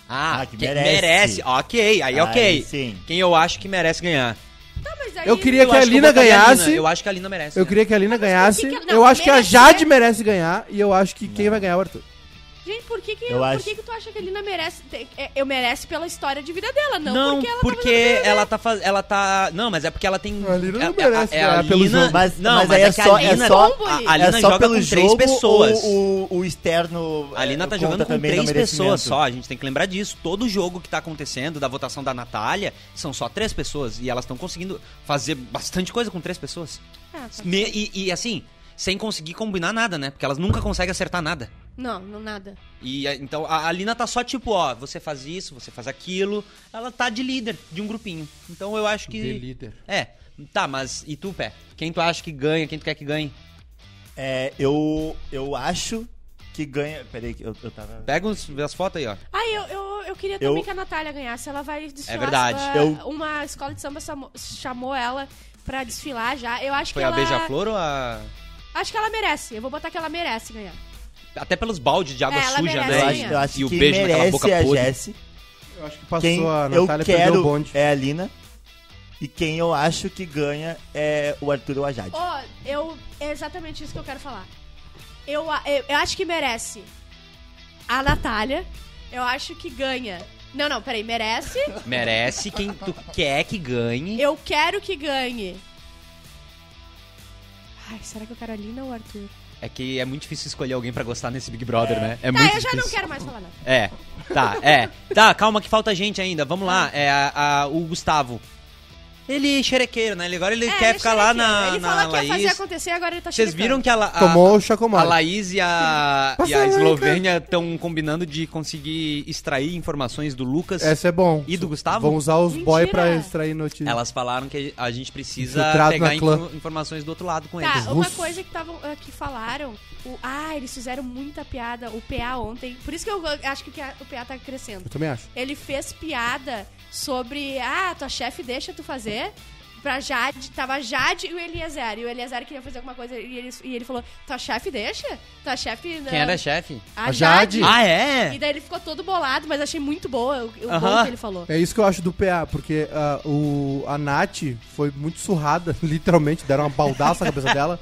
S4: Ah,
S5: Ah, que
S4: que merece.
S5: merece.
S4: Ok, aí ok.
S5: Aí sim.
S4: Quem eu acho que merece ganhar.
S3: Tá, mas aí-
S2: Eu queria
S4: Eu
S2: que a
S4: acho eu
S2: Lina
S4: botaria a
S2: ganhasse.
S4: Lina. Eu acho que a Lina merece.
S2: Eu
S4: né?
S2: queria que a Lina
S3: mas por
S2: ganhasse.
S3: que que- não,
S2: eu acho que a
S3: merece,
S2: Jade
S3: né?
S2: merece ganhar. E eu acho que quem vai ganhar é o Arthur.
S3: Gente, por que que,
S5: Eu
S3: por
S5: acho.
S3: que que tu acha que a Lina merece... te- é, Eu merece pela história de vida dela, não,
S4: Não,
S3: porque ela
S4: porque
S3: tá fazendo...
S4: ela tá faz... ela tá, não, mas é porque ela tem
S2: A Lina não
S4: é- é-
S2: merece
S4: é a
S2: ganhar pelo
S4: Lina-
S2: jogo.
S5: Mas-
S4: não, mas,
S5: mas aí
S4: é,
S5: é
S4: que
S5: só-
S4: a
S5: é
S4: Lina,
S5: só-
S4: a, a
S3: É
S4: Lina joga com três pessoas.
S5: ou o, o externo.
S4: A Lina
S5: eh,
S4: tá
S5: conta
S4: jogando com
S5: também no
S4: três pessoas
S5: merecimento?
S4: só, a gente tem que lembrar disso. Todo jogo que tá acontecendo, da votação da Natália, são só três pessoas. E elas estão conseguindo fazer bastante coisa com três pessoas.
S3: Ah, tá.
S4: Me- e, e, assim, sem conseguir combinar nada, né? Porque elas nunca conseguem acertar nada.
S3: Não, não nada.
S4: E eh, então a Alina tá só tipo, ó, você faz isso, você faz aquilo. Ela tá de líder de um grupinho. Então eu acho que.
S2: De líder.
S4: É. Tá, mas e tu, pé? Quem tu acha que ganha? Quem tu quer que ganhe?
S5: É, eu, eu acho que ganha. Peraí, que eu, eu tava.
S4: Pega uns, vê as fotos aí, ó.
S3: Ah, eu, eu, eu queria também
S5: Eu-
S3: que a Natália ganhasse. Ela vai desfilar.
S4: É verdade.
S3: ah,
S5: Eu-
S3: Uma escola de samba chamo- chamou ela pra desfilar já. Eu acho
S4: Foi
S3: que
S4: a
S3: ela...
S4: Beija-Flor ou a.
S3: Acho que ela merece. Eu vou botar que ela merece ganhar.
S4: Até pelos baldes de água
S3: É,
S4: suja,
S3: ela
S5: Eu
S3: merece
S4: né?
S5: acho,
S3: ganhar.
S5: eu acho
S4: e o
S5: que
S4: beijo naquela
S5: merece
S4: boca
S5: a
S4: podre.
S5: Jessie.
S2: Eu acho que passou
S5: Quem
S2: a
S5: eu
S2: Natália perdeu o
S5: quero
S2: bonde.
S5: é a Lina. E quem eu acho que ganha é o Arthur ou a Jade.
S3: Ó, eu... É exatamente isso que eu quero falar. Eu, a- eu, eu acho que merece a Natália. Eu acho que ganha... Não, não, peraí. Merece.
S4: Merece quem tu quer que é ganhe.
S3: Eu quero que ganhe Ai, será que eu quero a Lina ou o Arthur?
S4: É que é muito difícil escolher alguém pra gostar nesse Big Brother, né? É
S3: tá,
S4: muito
S3: eu já não
S4: difícil.
S3: quero mais falar nada.
S4: É, tá, é. Tá, calma que falta gente ainda. Vamos lá. É a- a- o Gustavo. Ele é xerequeiro, né? Ele, agora ele
S3: É,
S4: quer
S3: ele
S4: ficar lá
S3: xerequeiro.
S4: na,
S3: Ele
S4: na
S3: falou que ia fazer
S4: Laís.
S3: acontecer, agora ele tá
S4: Vocês viram que a, La- a,
S2: Tomou o
S4: a
S2: chocomole.
S4: Laís e a, e a
S2: Passa lá,
S4: Eslovênia estão combinando de conseguir extrair informações do Lucas.
S2: Essa é bom.
S4: E do Gustavo?
S2: Vão usar os boy
S3: Mentira.
S2: pra extrair notícias.
S4: Elas falaram que a gente precisa
S2: Infiltrado
S4: pegar
S2: na clã.
S4: info- informações do outro lado com eles.
S3: Tá, uma
S2: russos.
S3: coisa que, tavam, eh, que falaram. o- ah, eles fizeram muita piada. O PA ontem. Por isso que eu eh, acho que o PA o PA tá crescendo.
S2: Eu também acho.
S3: Ele fez piada sobre. Ah, tua chefe deixa tu fazer. Pra Jade, tava Jade e o Eliezer. E o Eliezer queria fazer alguma coisa. E ele, e ele falou: Tua chefe deixa? Tua chefe. não-
S4: Quem era a chefe?
S3: A
S2: A Jade.
S3: Jade.
S4: Ah, é?
S3: E daí ele ficou todo bolado, mas achei muito boa o, o bom
S4: Aham.
S3: que ele falou.
S2: É isso que eu acho do PA, porque ah, o, a Nath foi muito surrada, literalmente, deram uma baldaça na cabeça dela,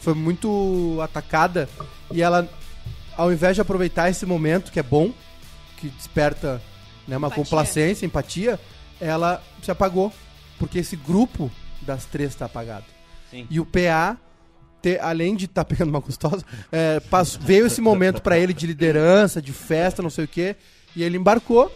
S2: foi muito atacada, e ela, ao invés de aproveitar esse momento, que é bom, que desperta né, uma
S3: Empatia.
S2: complacência, empatia, ela se apagou, porque esse grupo das três tá apagado.
S4: Sim.
S2: E o PA, te- além de estar pegando uma gostosa, é, pass- veio esse momento pra ele de liderança, de festa, não sei o quê, e ele embarcou.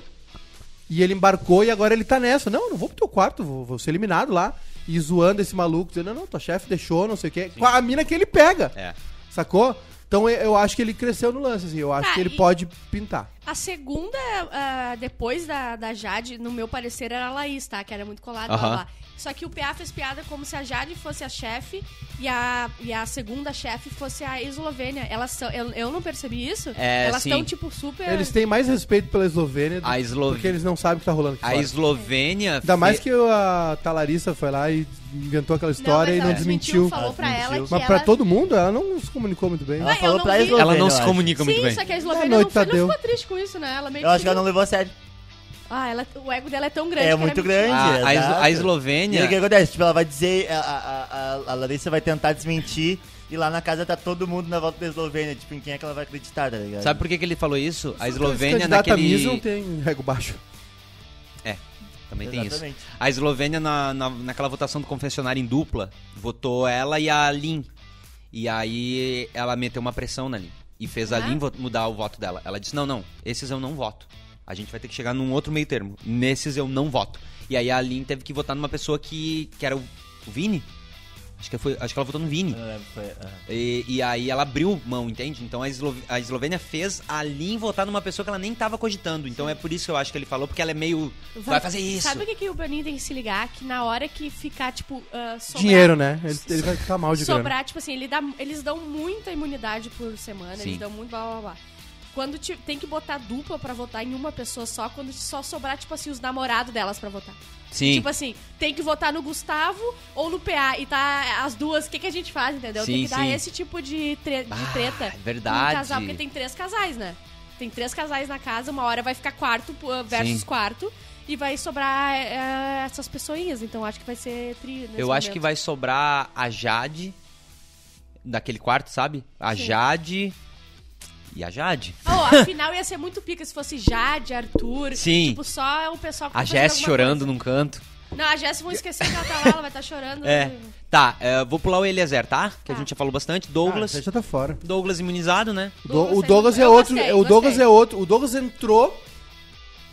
S2: E ele embarcou e agora ele tá nessa. Não, eu não vou pro teu quarto, vou, vou ser eliminado lá. E zoando esse maluco, dizendo, não, não, tua chefe deixou, não sei o quê. Com a mina que ele pega,
S4: É.
S2: sacou? Então eu- eu acho que ele cresceu no lance, assim. Eu acho
S3: Tá,
S2: que ele
S3: e-
S2: pode pintar.
S3: A segunda, ah, depois da, da Jade, no meu parecer, era a Laís, tá? Que era muito colada blá,
S4: Aham.
S3: blá. Só que o PA fez piada como se a Jade fosse a chefe e a, e a segunda chefe fosse a Eslovênia. Elas são. Eu, eu não percebi isso.
S4: É,
S3: Elas
S4: sim.
S3: estão, tipo, super.
S2: Eles têm mais respeito pela Eslovênia do-
S4: A Eslovênia.
S2: porque eles não sabem o que tá rolando aqui
S4: A
S2: fora.
S4: Eslovênia.
S2: Ainda mais
S4: fe-
S2: que a Talarissa foi lá e inventou aquela história
S3: mas
S2: e não
S3: ela
S2: desmentiu.
S3: falou pra ela que
S2: Mas pra
S3: ela-
S2: todo mundo, ela não se comunicou muito bem.
S5: Ela
S3: Ué, eu
S5: falou
S3: não
S5: pra
S3: vi.
S5: Eslovênia.
S4: Ela não se
S5: eu acho.
S4: comunica muito
S3: Sim,
S4: bem.
S3: só que a Eslovênia
S2: Boa
S3: não,
S2: noite,
S3: foi- não
S2: Tadeu.
S3: ficou triste com isso, né? Ela meio
S5: Eu acho que
S3: seguiu-
S5: ela não levou a sério.
S3: Ah, ela, o ego dela é tão grande.
S5: É
S3: que ela
S5: muito
S3: mentiu.
S5: grande.
S4: A, a,
S5: exato.
S4: Eslo- a
S5: E aí o que
S4: Eslovênia.
S5: acontece? Tipo, ela vai dizer, a, a, a- a Larissa vai tentar desmentir e lá na casa tá todo mundo na volta da Eslovênia. Tipo, em quem é que ela vai acreditar, tá ligado?
S4: Sabe por que, que ele falou isso? A
S2: Esse
S4: Eslovênia
S2: candidato a Miss não
S4: naquele.
S2: é tem rego baixo.
S4: Também tem isso.
S5: Exatamente.
S4: A Eslovênia, na, na- naquela votação do confessionário em dupla, votou ela e a Lin. E aí ela meteu uma pressão na Lin. E fez a
S3: Ah.
S4: Lin vo- mudar o voto dela. Ela disse: não, não, esses eu não voto. A gente vai ter que chegar num outro meio termo. Nesses eu não voto. E aí a Lin teve que votar numa pessoa que, que era o, o Vini. Acho que, foi, acho que ela votou no Vini.
S5: Eu não lembro, É, foi, aham.
S4: E, e aí ela abriu mão, entende? Então a, Eslo- a Eslovênia fez a Lin votar numa pessoa que ela nem tava cogitando. Então é por isso que eu acho que ele falou, porque ela é meio. Vai, fazer isso.
S3: Sabe o que, que o Boninho tem que se ligar? Que na hora que ficar, tipo, ah, sobrar-
S2: Dinheiro, né? Ele, ele vai ficar mal de grana.
S3: sobrar, tipo assim, ele dá- eles dão muita imunidade por semana,
S4: Sim.
S3: eles dão muito blá blá blá. Quando te- tem que botar dupla pra votar em uma pessoa só, quando só sobrar, tipo assim, os namorados delas pra votar.
S4: Sim.
S3: Tipo assim, tem que votar no Gustavo ou no PA e tá as duas, o que, que a gente faz, entendeu?
S4: Sim,
S3: tem que dar
S4: sim.
S3: esse tipo de, tre- de
S4: Ah,
S3: treta.
S4: é verdade.
S3: num casal, porque tem três casais, né? Tem três casais na casa, uma hora vai ficar quarto uh, versus
S4: Sim.
S3: quarto e vai sobrar eh, essas pessoinhas. Então acho que vai ser tri. assim, nesse
S4: Eu acho
S3: momento.
S4: que vai sobrar a Jade daquele quarto, sabe? A
S3: Sim.
S4: Jade e a Jade.
S3: Oh, a final ia ser muito pica se fosse Jade, Arthur.
S4: Sim.
S3: Tipo, só o pessoal que
S4: A
S3: tá fazendo
S4: Jess
S3: alguma
S4: chorando
S3: coisa.
S4: num canto.
S3: Não, a Jess vão esquecer que ela tá lá, ela vai estar chorando.
S4: É. Tá, é, vou pular o Eliezer, tá? Que a
S3: Tá.
S4: gente já falou bastante.
S2: Ah,
S4: Douglas.
S2: esse já tá fora.
S4: Douglas imunizado, né?
S2: Do- o
S3: aí
S2: Douglas
S3: não-
S2: é
S3: eu
S2: outro.
S3: gostei,
S2: o Douglas
S3: gostei.
S2: é outro. O Douglas entrou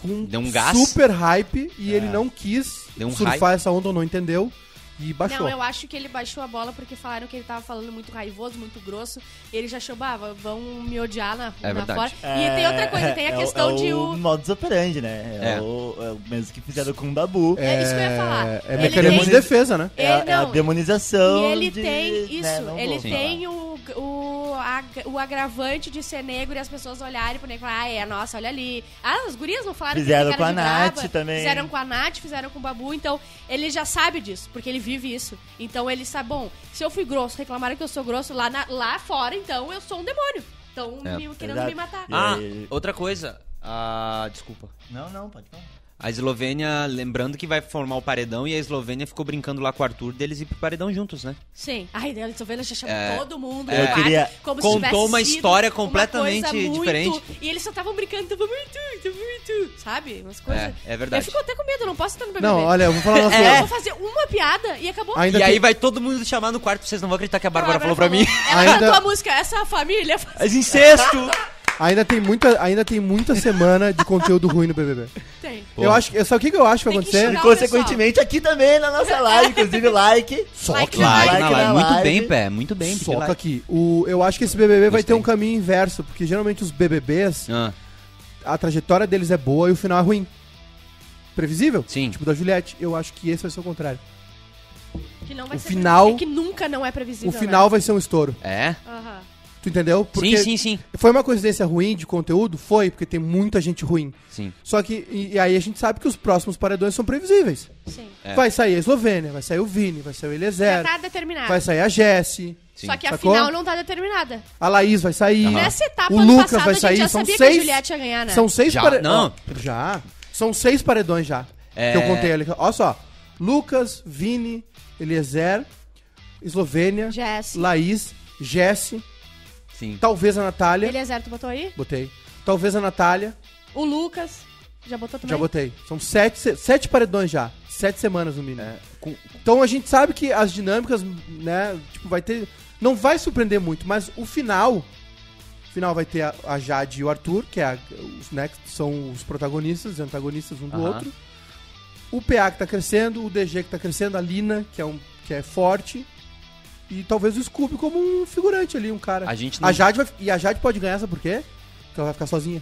S2: com
S4: Deu um gás. É.
S2: super hype e ele não quis
S4: Deu um
S2: surfar
S4: hype.
S2: essa onda, ou não entendeu e baixou.
S3: Não, eu acho que ele baixou a bola porque falaram que ele tava falando muito raivoso, muito grosso. E ele já achou, bah, vão me odiar na,
S4: É
S3: na
S4: verdade.
S3: fora. E tem outra coisa, tem a
S5: É o-
S3: questão
S5: é
S3: de
S5: o
S3: o.
S5: modus operandi, né? É,
S4: É.
S5: O, é o mesmo que fizeram com o Babu.
S3: É, isso que eu ia falar.
S2: É
S3: Ele
S2: mecanismo
S3: tem-
S2: de defesa, né?
S5: É, a-
S3: Ele
S5: é a
S3: não,
S5: demonização.
S3: E ele
S5: de-
S3: tem isso,
S5: né, não
S3: ele
S5: vou
S3: tem o, o, ag- o agravante de ser negro e as pessoas olharem pro negro e falar, ah, é, nossa, olha ali. Ah, as gurias não falaram
S5: Fizeram
S3: que tem
S5: com a
S3: cara de
S5: Nath
S3: braba.
S5: também.
S3: Fizeram com a Nath, fizeram com o Babu, então ele já sabe disso, porque ele vive isso. Então ele sabe, bom, se eu fui grosso, reclamaram que eu sou grosso lá, na- lá fora, então eu sou um demônio. Estão
S4: É.
S3: me, querendo
S5: Exato.
S3: me matar.
S5: E
S4: Ah,
S5: aí-
S4: outra coisa. Ah, desculpa.
S3: Então,
S5: falar. Não, não, pode falar.
S4: A Eslovênia, lembrando que vai formar o paredão e a Eslovênia ficou brincando lá com o Arthur deles ir pro paredão juntos, né?
S3: Sim. Ai, Deus, tô vendo, já chamou todo mundo.
S5: Eu
S3: no quarto,
S5: queria-
S3: como
S4: É, Contou
S3: se tivesse
S4: uma
S3: sido
S4: história
S3: uma
S4: completamente
S3: coisa muito-
S4: diferente.
S3: E eles só estavam brincando, tava muito, tava muito, sabe? Umas coisas.
S4: É, é verdade.
S3: Eu fico até com medo, não posso estar no BBB.
S2: Não, olha, eu vou falar uma
S3: Eu
S2: coisa.
S3: vou fazer uma piada e acabou.
S2: Ainda
S4: e
S2: tem-
S4: aí vai todo mundo chamar no quarto, vocês não vão acreditar que a
S3: A
S4: Bárbara, falou pra mim.
S3: Ela
S2: Ainda-
S3: cantou a música, essa família.
S4: Mas incesto!
S2: Ainda tem muita, ainda tem muita semana de conteúdo ruim no BBB.
S3: Tem.
S2: Eu acho que, sabe o que que eu acho que vai
S3: Tem que
S2: acontecer?
S5: E
S3: Não,
S5: consequentemente aqui também na nossa live, inclusive like.
S2: Soca,
S3: Like na
S4: Claro, na
S5: Like na
S4: live. é Muito
S5: live.
S3: né?
S4: bem, Pé, muito bem. porque
S2: soca
S4: lá-
S2: aqui. O, eu acho que esse BBB vai ter
S4: Gostei.
S2: um caminho inverso, porque geralmente os BBBs,
S4: Ah,
S2: a trajetória deles é boa e o final é ruim. Previsível?
S4: Sim.
S2: Tipo da Juliette. Eu acho que esse vai ser o contrário.
S3: Que não vai
S2: O
S3: ser
S2: final-
S3: previsível, que nunca não é previsível.
S2: o final vai ser um estouro.
S4: é?
S3: Né? Aham.
S2: Tu entendeu? Porque
S4: Sim, sim, sim.
S2: foi uma coincidência ruim de conteúdo? Foi, porque tem muita gente ruim.
S4: Sim.
S2: Só que, e, e aí a gente sabe que os próximos paredões são previsíveis.
S3: Sim.
S4: É.
S2: Vai sair a Eslovênia, vai sair o Vini, vai sair o
S3: Já
S2: Eliezer,
S3: tá determinado.
S2: vai sair a Jessie,
S4: Sim.
S3: Só que a
S2: É, Sacou?
S3: final não tá determinada.
S2: a Laís vai sair,
S4: Aham.
S3: Nessa etapa
S2: o
S3: ano
S2: Lucas
S3: passado
S2: vai
S3: a gente
S2: sair.
S3: já
S2: são
S3: sabia que a
S2: seis,
S3: Juliette ia ganhar, né?
S2: São seis
S4: Já,
S2: paredões.
S4: não.
S2: Já. São seis paredões já.
S4: É.
S2: Que eu contei ali. Olha só. Lucas, Vini, Eliezer, Eslovênia,
S3: Jesse.
S2: Laís, Jesse,
S4: Sim.
S2: talvez a Natália.
S3: Eliezer, tu botou aí?
S2: Botei. Talvez a Natália.
S3: O Lucas. Já botou também?
S2: Já botei. São sete, se- sete paredões já. Sete semanas no
S4: É,
S2: mínimo. Então a gente sabe que as dinâmicas, né? Tipo, vai ter. Não vai surpreender muito, mas o final. Final vai ter a, a Jade e o Arthur, que é a- os, né, que são os protagonistas, os antagonistas um do
S4: Aham.
S2: outro. O PA que tá crescendo, o DG que tá crescendo, a Lina, que é, um, que é forte. E talvez o Scooby como um figurante ali, um cara.
S4: A gente
S2: a
S4: não-
S2: Jade vai, E a Jade pode ganhar, sabe por quê? Porque ela vai ficar sozinha.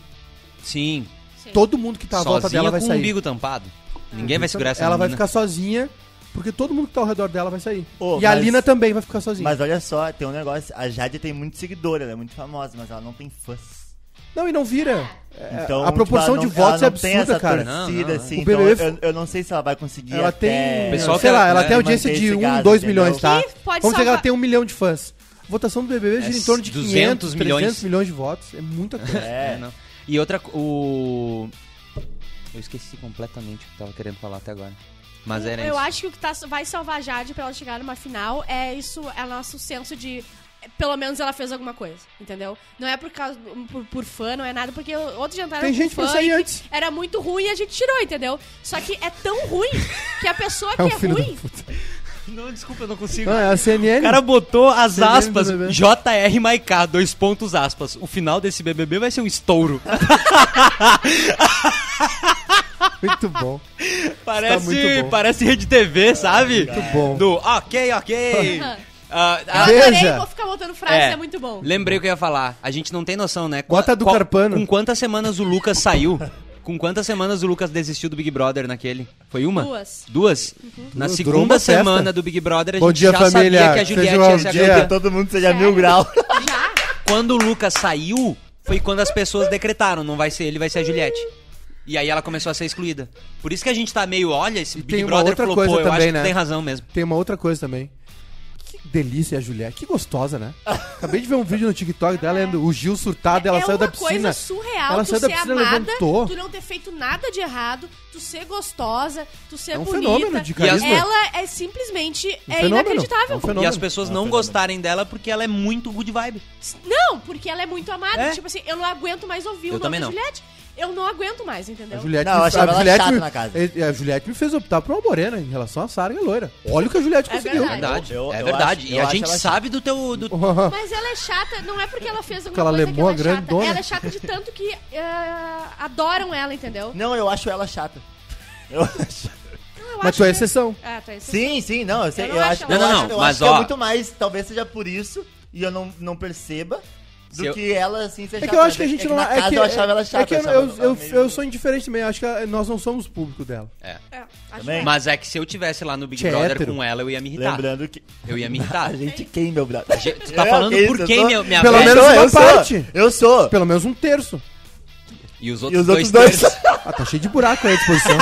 S4: Sim.
S3: Sim.
S2: Todo mundo que tá à volta
S4: Sozinha
S2: dela
S4: com
S2: vai
S4: o
S2: sair. Então,
S4: umbigo tampado. Ninguém vai segurar essa
S2: Ela vai
S4: menina.
S2: ficar sozinha, porque todo mundo que tá ao redor dela vai sair.
S5: Ô,
S2: e a
S5: mas-
S2: Lina também vai ficar sozinha.
S5: Mas olha só, tem um negócio. A Jade tem muito seguidor, ela é muito famosa, mas ela não tem fãs.
S2: Não, e não vira. É,
S5: Então,
S2: a proporção
S5: tipo, ela
S2: de
S5: não-
S2: votos é
S5: ela não tem
S2: absurda,
S5: essa
S2: cara.
S4: Não,
S5: Torcida,
S4: não,
S5: assim,
S2: não. O BBB
S5: então, eu, eu não sei se ela vai conseguir.
S2: Ela tem,
S5: até-
S4: Pessoal
S2: sei
S4: que
S2: lá,
S4: ela-
S2: ela
S4: né,
S2: tem audiência
S5: manter
S2: de
S5: esse
S2: 1,
S5: gás,
S2: 2 milhões,
S5: entendeu?
S2: tá?
S3: Que pode
S2: Vamos dizer que
S3: salvar.
S2: ela tem um milhão de fãs. A votação do BBB gira em torno de
S4: 200
S2: 500,
S4: É milhões.
S2: 300 milhões de votos. É muita coisa.
S4: É,
S5: É,
S4: não. E outra, co- o... Eu esqueci completamente o que eu tava querendo falar até agora. Mas era
S3: Eu
S4: isso.
S3: acho que o que tá, vai salvar a Jade pra ela chegar numa final é isso, é nosso senso de. é, Pelo menos ela fez alguma coisa, entendeu? Não é por causa por, por fã, não é nada, porque o- outro jantar
S2: Tem
S3: era
S2: gente
S3: com
S2: pra
S3: fã
S2: sair
S3: e
S2: antes.
S3: era muito ruim e a gente tirou, entendeu? Só que é tão ruim que a pessoa que é,
S2: um filho da
S3: ruim.
S4: Não, desculpa, eu não consigo.
S2: Não, é a CNN.
S4: O cara botou as
S2: Você lembra
S4: aspas,
S2: do bebê?
S4: JR Maiká, dois pontos aspas. O final desse BBB vai ser um estouro.
S2: Tá Muito bom.
S4: parece,
S2: muito bom.
S4: parece Rede TV, sabe?
S2: Muito bom.
S4: Do ok, ok.
S3: Aham.
S4: Ah,
S3: Eu
S4: ah,
S3: adorei,
S2: Veja.
S3: vou ficar botando frase, é, muito bom.
S4: Lembrei o que eu ia falar. A gente não tem noção, né? Qua-
S2: Bota a do
S4: qual-
S2: Carpano.
S4: Com quantas semanas o Lucas saiu? Com quantas semanas o Lucas desistiu do Big Brother naquele? Foi uma?
S3: Duas. Uhum.
S4: Duas? Na
S2: Durou
S4: segunda
S2: uma festa.
S4: semana do Big Brother, a gente
S2: Bom dia,
S4: já sabia
S2: família.
S4: que a Juliette
S2: Seja um
S4: ia ser a
S2: dia.
S4: campeã.
S5: Todo mundo seja
S3: É. Sério?
S5: mil graus.
S3: Já?
S4: Quando o Lucas saiu, foi quando as pessoas decretaram, não vai ser ele, vai ser a Juliette. E aí ela começou a ser excluída. Por isso que a gente tá meio, olha, esse Big
S2: tem uma
S4: Brother
S2: outra
S4: flopou,
S2: coisa
S4: eu
S2: também,
S4: acho que tu
S2: né?
S4: tem razão mesmo.
S2: Tem uma outra coisa também. Que delícia a Juliette. Que gostosa, né? Acabei de ver um vídeo no TikTok dela, o Gil surtado, ela
S3: é
S2: saiu
S3: uma
S2: da piscina.
S3: coisa surreal
S2: Ela
S3: tu
S2: saiu da
S3: ser
S2: piscina,
S3: amada,
S2: levantou.
S3: tu não ter feito nada de errado, tu ser gostosa, tu ser
S2: É um
S3: bonita.
S2: fenômeno de
S4: carisma.
S3: Ela é simplesmente é
S2: fenômeno.
S3: inacreditável.
S2: É um fenômeno.
S4: E as pessoas não gostarem dela porque ela é muito good vibe.
S3: Não, porque ela é muito amada.
S4: É?
S3: Tipo assim, eu não aguento mais ouvir
S4: Eu
S3: o nome
S4: também
S3: da
S4: não.
S3: Juliette. Eu não aguento mais, entendeu?
S2: A Juliette,
S5: Não, eu
S2: me-
S5: achava
S2: a
S5: ela
S2: Juliette
S5: chata
S2: me-
S5: na casa.
S2: eh, A Juliette me fez optar por uma morena em relação à Sara e a loira. Olha o que a Juliette
S3: É
S2: conseguiu.
S3: verdade.
S4: Verdade,
S5: eu-
S4: é
S5: eu
S4: verdade.
S5: acho-
S4: e
S5: eu
S4: a
S5: acho
S4: gente
S5: ela assim.
S4: sabe do teu... do-
S3: Mas ela é chata, não é porque ela fez alguma
S2: Aquela
S3: coisa que ela é
S2: lemoa
S3: chata.
S2: grandona.
S3: Ela é chata de tanto que ah, adoram ela, entendeu?
S5: Não, eu acho ela chata. Eu acho.
S3: Não, eu
S2: Mas
S3: acho
S2: tu é
S3: que-
S2: exceção.
S3: Ah, tu é exceção.
S5: Sim, sim, não, eu sei.
S3: Eu
S5: Eu,
S3: não acho
S5: acho,
S3: ela
S5: eu
S4: Não, não,
S5: acho-
S4: não,
S5: eu
S4: mas
S5: acho que
S4: ó.
S5: é muito mais, talvez seja por isso, e eu não, não perceba, do
S4: Se eu-
S5: que ela, assim, ser
S2: É que
S5: chata,
S2: eu acho que a
S5: mas
S2: gente
S5: é
S2: não.
S5: na
S2: É
S5: casa
S2: que,
S5: eu achava ela
S2: é
S5: chata.
S2: que eu,
S5: achava
S2: eu,
S5: ela
S2: eu,
S5: meio-
S2: eu sou indiferente também. Acho que ela- nós não somos público dela.
S3: É, acho
S5: Também?
S3: que-
S4: Mas é que se eu tivesse lá no Big
S2: Que é
S4: Brother
S2: hétero.
S4: com ela, eu ia me irritar.
S5: Lembrando que...
S4: Eu ia me irritar.
S5: A gente quem, meu brother?
S4: Tu tá falando
S5: Eu-
S4: por
S5: eu
S4: quem,
S5: sou-
S4: meu, minha
S2: Pelo
S4: velha?
S5: Eu
S2: menos
S5: sou,
S2: uma
S5: eu sou,
S2: parte.
S5: Eu sou.
S2: Pelo menos um terço.
S4: E os
S5: E
S4: outros,
S5: os outros
S4: dois...
S5: dois...
S2: Ah, tá cheio de buraco aí à disposição.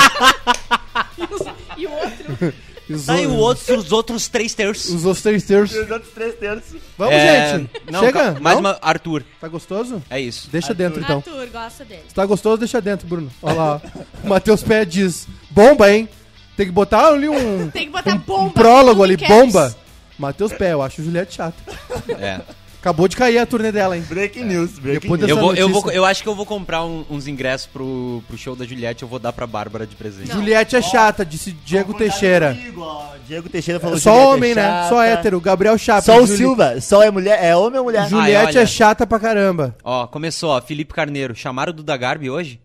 S3: E é. o outro.
S2: E Os,
S4: Tá, e
S2: o-
S4: o outro- os outros três terços.
S2: os outros três terços.
S5: Os outros três terços.
S2: Vamos,
S4: É,
S2: gente.
S4: não,
S2: Chega.
S4: calma, Mais
S2: Não?
S4: uma, Arthur.
S2: Tá gostoso?
S4: É isso.
S2: Deixa dentro, então.
S3: Arthur, gosta dele.
S2: Se tá gostoso, deixa dentro, Bruno. Olha lá. ó. O Matheus Pé diz, bomba, hein? Tem que botar ali um,
S3: Tem que botar bomba.
S2: um prólogo
S3: tudo
S2: ali,
S3: em caps.
S2: bomba. Matheus Pé, eu acho Juliette chata.
S4: É.
S2: Acabou de cair a turnê dela, hein?
S5: Breaking news, breaking
S2: Depois
S5: news.
S2: dessa
S4: Eu, vou, eu,
S2: notícia.
S4: vou, eu acho que eu vou comprar um- uns ingressos pro, pro show da Juliette eu vou dar pra Bárbara de presente.
S3: Não.
S2: Juliette é chata, disse Diego
S5: Concordar
S2: Teixeira.
S5: comigo, ó. Diego Teixeira falou
S2: Só
S5: Juliette é
S2: homem, né?
S5: chata.
S2: Só hétero. Gabriel Chapa.
S5: Só o Silva. Só é mulher. É homem ou mulher?
S4: Ju- Ai,
S2: Juliette
S4: olha.
S2: é chata pra caramba.
S4: Ó, começou, ó. Felipe Carneiro. Chamaram o Duda Garbi hoje?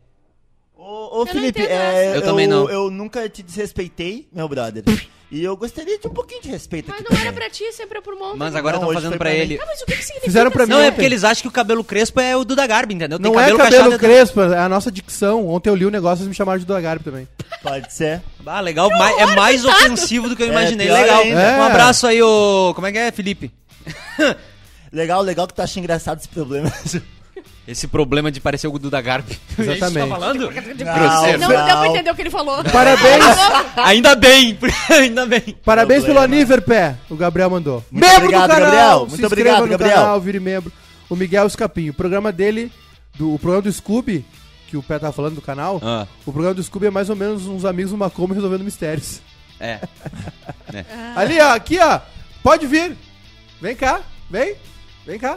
S5: Ô, ô,
S3: não
S5: Felipe,
S3: entendo
S5: é,
S4: essa. Eu também não.
S5: Eu nunca te desrespeitei, meu brother. E eu gostaria de um pouquinho de respeito
S3: Mas
S5: aqui
S3: não era
S5: também.
S3: pra ti, sempre é era pro monte.
S4: Mas agora
S5: Não,
S4: estão
S5: hoje
S4: fazendo
S5: foi
S4: pra
S5: pra
S4: ele.
S3: Ah, mas o que que significa
S2: Fizeram pra
S3: ser
S2: mim
S4: Não, é
S2: ontem.
S4: porque eles acham que o cabelo crespo é o Duda Garbi, entendeu? Tem
S2: Não é
S4: cacheado né?
S2: cabelo
S4: e-
S2: crespo, é a nossa dicção. Ontem eu li o negócio e me chamaram de Dogarbe também.
S5: Pode ser.
S4: Ah, legal. mai- é mais ofensivo do que eu
S5: É,
S4: imaginei.
S5: pior
S4: legal.
S5: ainda.
S2: É.
S4: Um abraço aí, ô... Como é que é, Felipe?
S5: Legal, legal que tu acha engraçado esse problema.
S3: Tipo,
S4: Esse problema de parecer o Duda Garbi. É
S2: Exatamente.
S4: isso que tá falando?
S5: Grosseiro.
S3: Não, não deu pra entender o que ele falou.
S2: Parabéns,
S4: Ainda bem, ainda bem.
S2: parabéns pelo
S5: Problema.
S2: Aniverpé, o Gabriel mandou.
S5: Muito obrigado, Gabriel. Muito
S2: se
S5: obrigado,
S2: inscreva no
S5: Gabriel.
S2: canal, vire membro. O Miguel Escapinho, o programa dele, do, o programa do Scooby, que o Pé tá falando do canal,
S4: Ah.
S2: o programa do Scooby é mais ou menos uns amigos numa coma resolvendo mistérios.
S4: É. Ah.
S2: Ali, ó, aqui, ó, pode vir. Vem cá, vem, vem cá.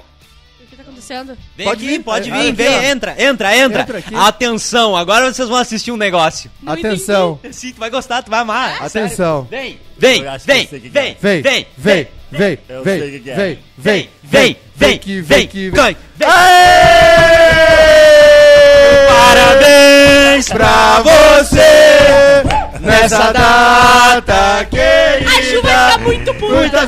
S3: O que tá acontecendo?
S4: Vem
S2: Pode
S4: pode
S2: vir,
S4: vir, pode
S2: vai,
S4: vir,
S2: vai
S4: vem,
S2: aqui, ó.
S4: entra, entra, entra.
S2: Entra aqui.
S4: Atenção, agora vocês vão assistir um negócio.
S3: Não
S2: Atenção,
S4: Sim, tu vai gostar, tu vai amar.
S2: atenção.
S4: Vem, vem,
S5: Eu acho que
S4: vem,
S5: eu sei o que que
S4: vem,
S2: Vem, vem, vem, vem,
S5: Eu sei o
S2: vem,
S5: que que é.
S2: vem,
S4: vem, vem, vem,
S2: que
S4: vem,
S2: que
S4: vem. Parabéns pra
S2: você
S4: nessa data
S2: que
S3: A Ju vai ficar muito puta.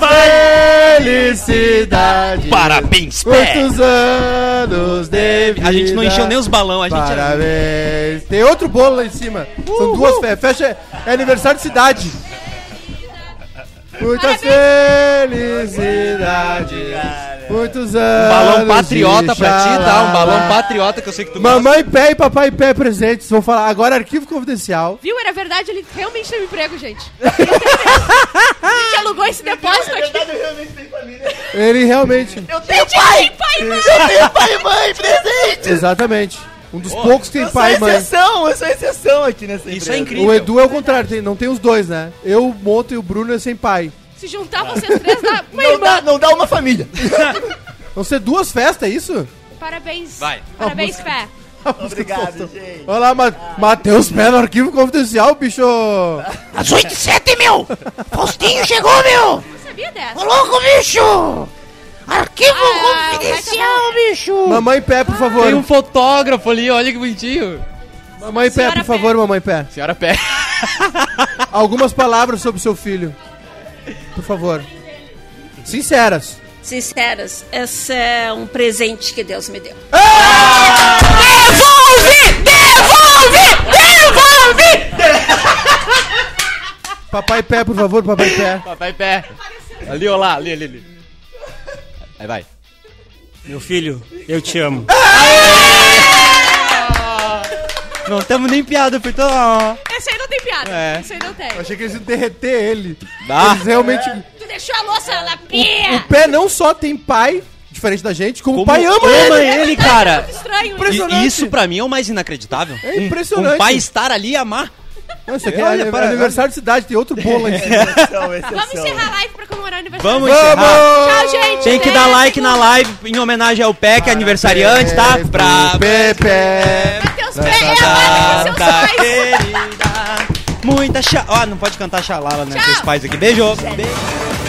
S2: felicidade.
S4: Parabéns, pé.
S2: Quantos anos de vida.
S4: É. A gente não encheu nem os balão, a gente...
S2: Parabéns. Tem outro bolo lá em cima. São duas festas. Fecha é aniversário de cidade. Muitas felicidades. Muitos anos.
S4: Um Balão
S2: de
S4: patriota pra ti, tá? Um balão
S2: xalala.
S4: patriota que eu sei que tu
S2: Mamãe pé e papai pé presentes. Vou falar agora arquivo confidencial.
S3: Viu? Era verdade, ele realmente teve emprego, gente. a gente alugou esse depósito aqui.
S5: Eu realmente tenho família.
S2: Ele realmente.
S3: Eu tenho pai! pai e mãe.
S5: Pai e mãe, presente!
S2: Exatamente. Um dos poucos que é tem
S5: Eu sou
S2: pai e mãe.
S5: exceção, eu sou exceção aqui nessa
S4: Isso é
S5: empresa.
S4: incrível.
S2: O Edu é o contrário, tem- não tem os dois, né? Eu, o Moto e o Bruno é sem pai.
S3: Se juntar vocês três, dá. Mãe,
S5: Não dá, não dá uma família.
S2: Vão ser duas festas, é isso?
S3: Parabéns.
S4: Vai.
S3: Parabéns, pé.
S5: Obrigado, gente.
S2: Olha lá, Ma Matheus Pé no arquivo confidencial, bicho!
S7: Às 8 e 7, meu! Faustinho chegou, meu!
S3: Não sabia dessa.
S7: Ô louco, bicho! Arquivo
S3: Ah,
S7: confidencial, bicho!
S2: Mamãe Pé, por favor.
S8: Tem um fotógrafo ali, olha que bonitinho.
S2: Mamãe Pé, por
S3: Senhora
S2: favor,
S3: Pé.
S2: mamãe Pé.
S8: Senhora Pé.
S2: Algumas palavras sobre seu filho. Por favor. Sinceras.
S9: Sinceras, esse é um presente que Deus me deu.
S7: Devolve! Devolve! Devolve!
S2: Papai Pé, por favor, papai Pé.
S8: Papai Pé. Ali, olá, ali, ali, ali.
S4: Aí vai.
S10: Meu filho, eu te amo.
S4: Não temos nem piada, foi tão...
S3: Esse aí não tem piada.
S4: É.
S3: Esse aí não tem.
S2: Eu achei que eles iam derreter ele.
S4: Ah.
S2: Eles realmente.
S3: Tu deixou a louça na
S2: O
S3: pia.
S2: pé não só tem pai, diferente da gente, como, o pai ama
S4: ama
S2: ele. É
S4: ele, cara.
S3: Estranho. né?
S4: E-
S3: isso.
S2: Impressionante.
S4: E isso pra mim é o mais inacreditável.
S2: É
S4: Um-
S2: impressionante.
S4: Um, pai estar ali e amar.
S2: Não, isso aqui é
S4: Olha,
S2: anive-
S4: para-
S2: aniversário de cidade, tem outro bolo aí.
S5: Exceção,
S3: Vamos
S5: exceção.
S3: encerrar a live pra comemorar o aniversário.
S4: Vamos encerrar.
S3: Tchau, gente.
S4: Tem que
S3: Até
S4: dar like
S3: segunda.
S4: na live em homenagem ao PEC, aniversariante, tá? Pra.
S2: Ah, Pepe.
S3: Mateus Pé, é a marca dos seus
S4: Tá
S3: pais.
S4: querida. Muita xa. Ah, não pode cantar xalala, né? Seus pais aqui. Beijo. Beijo.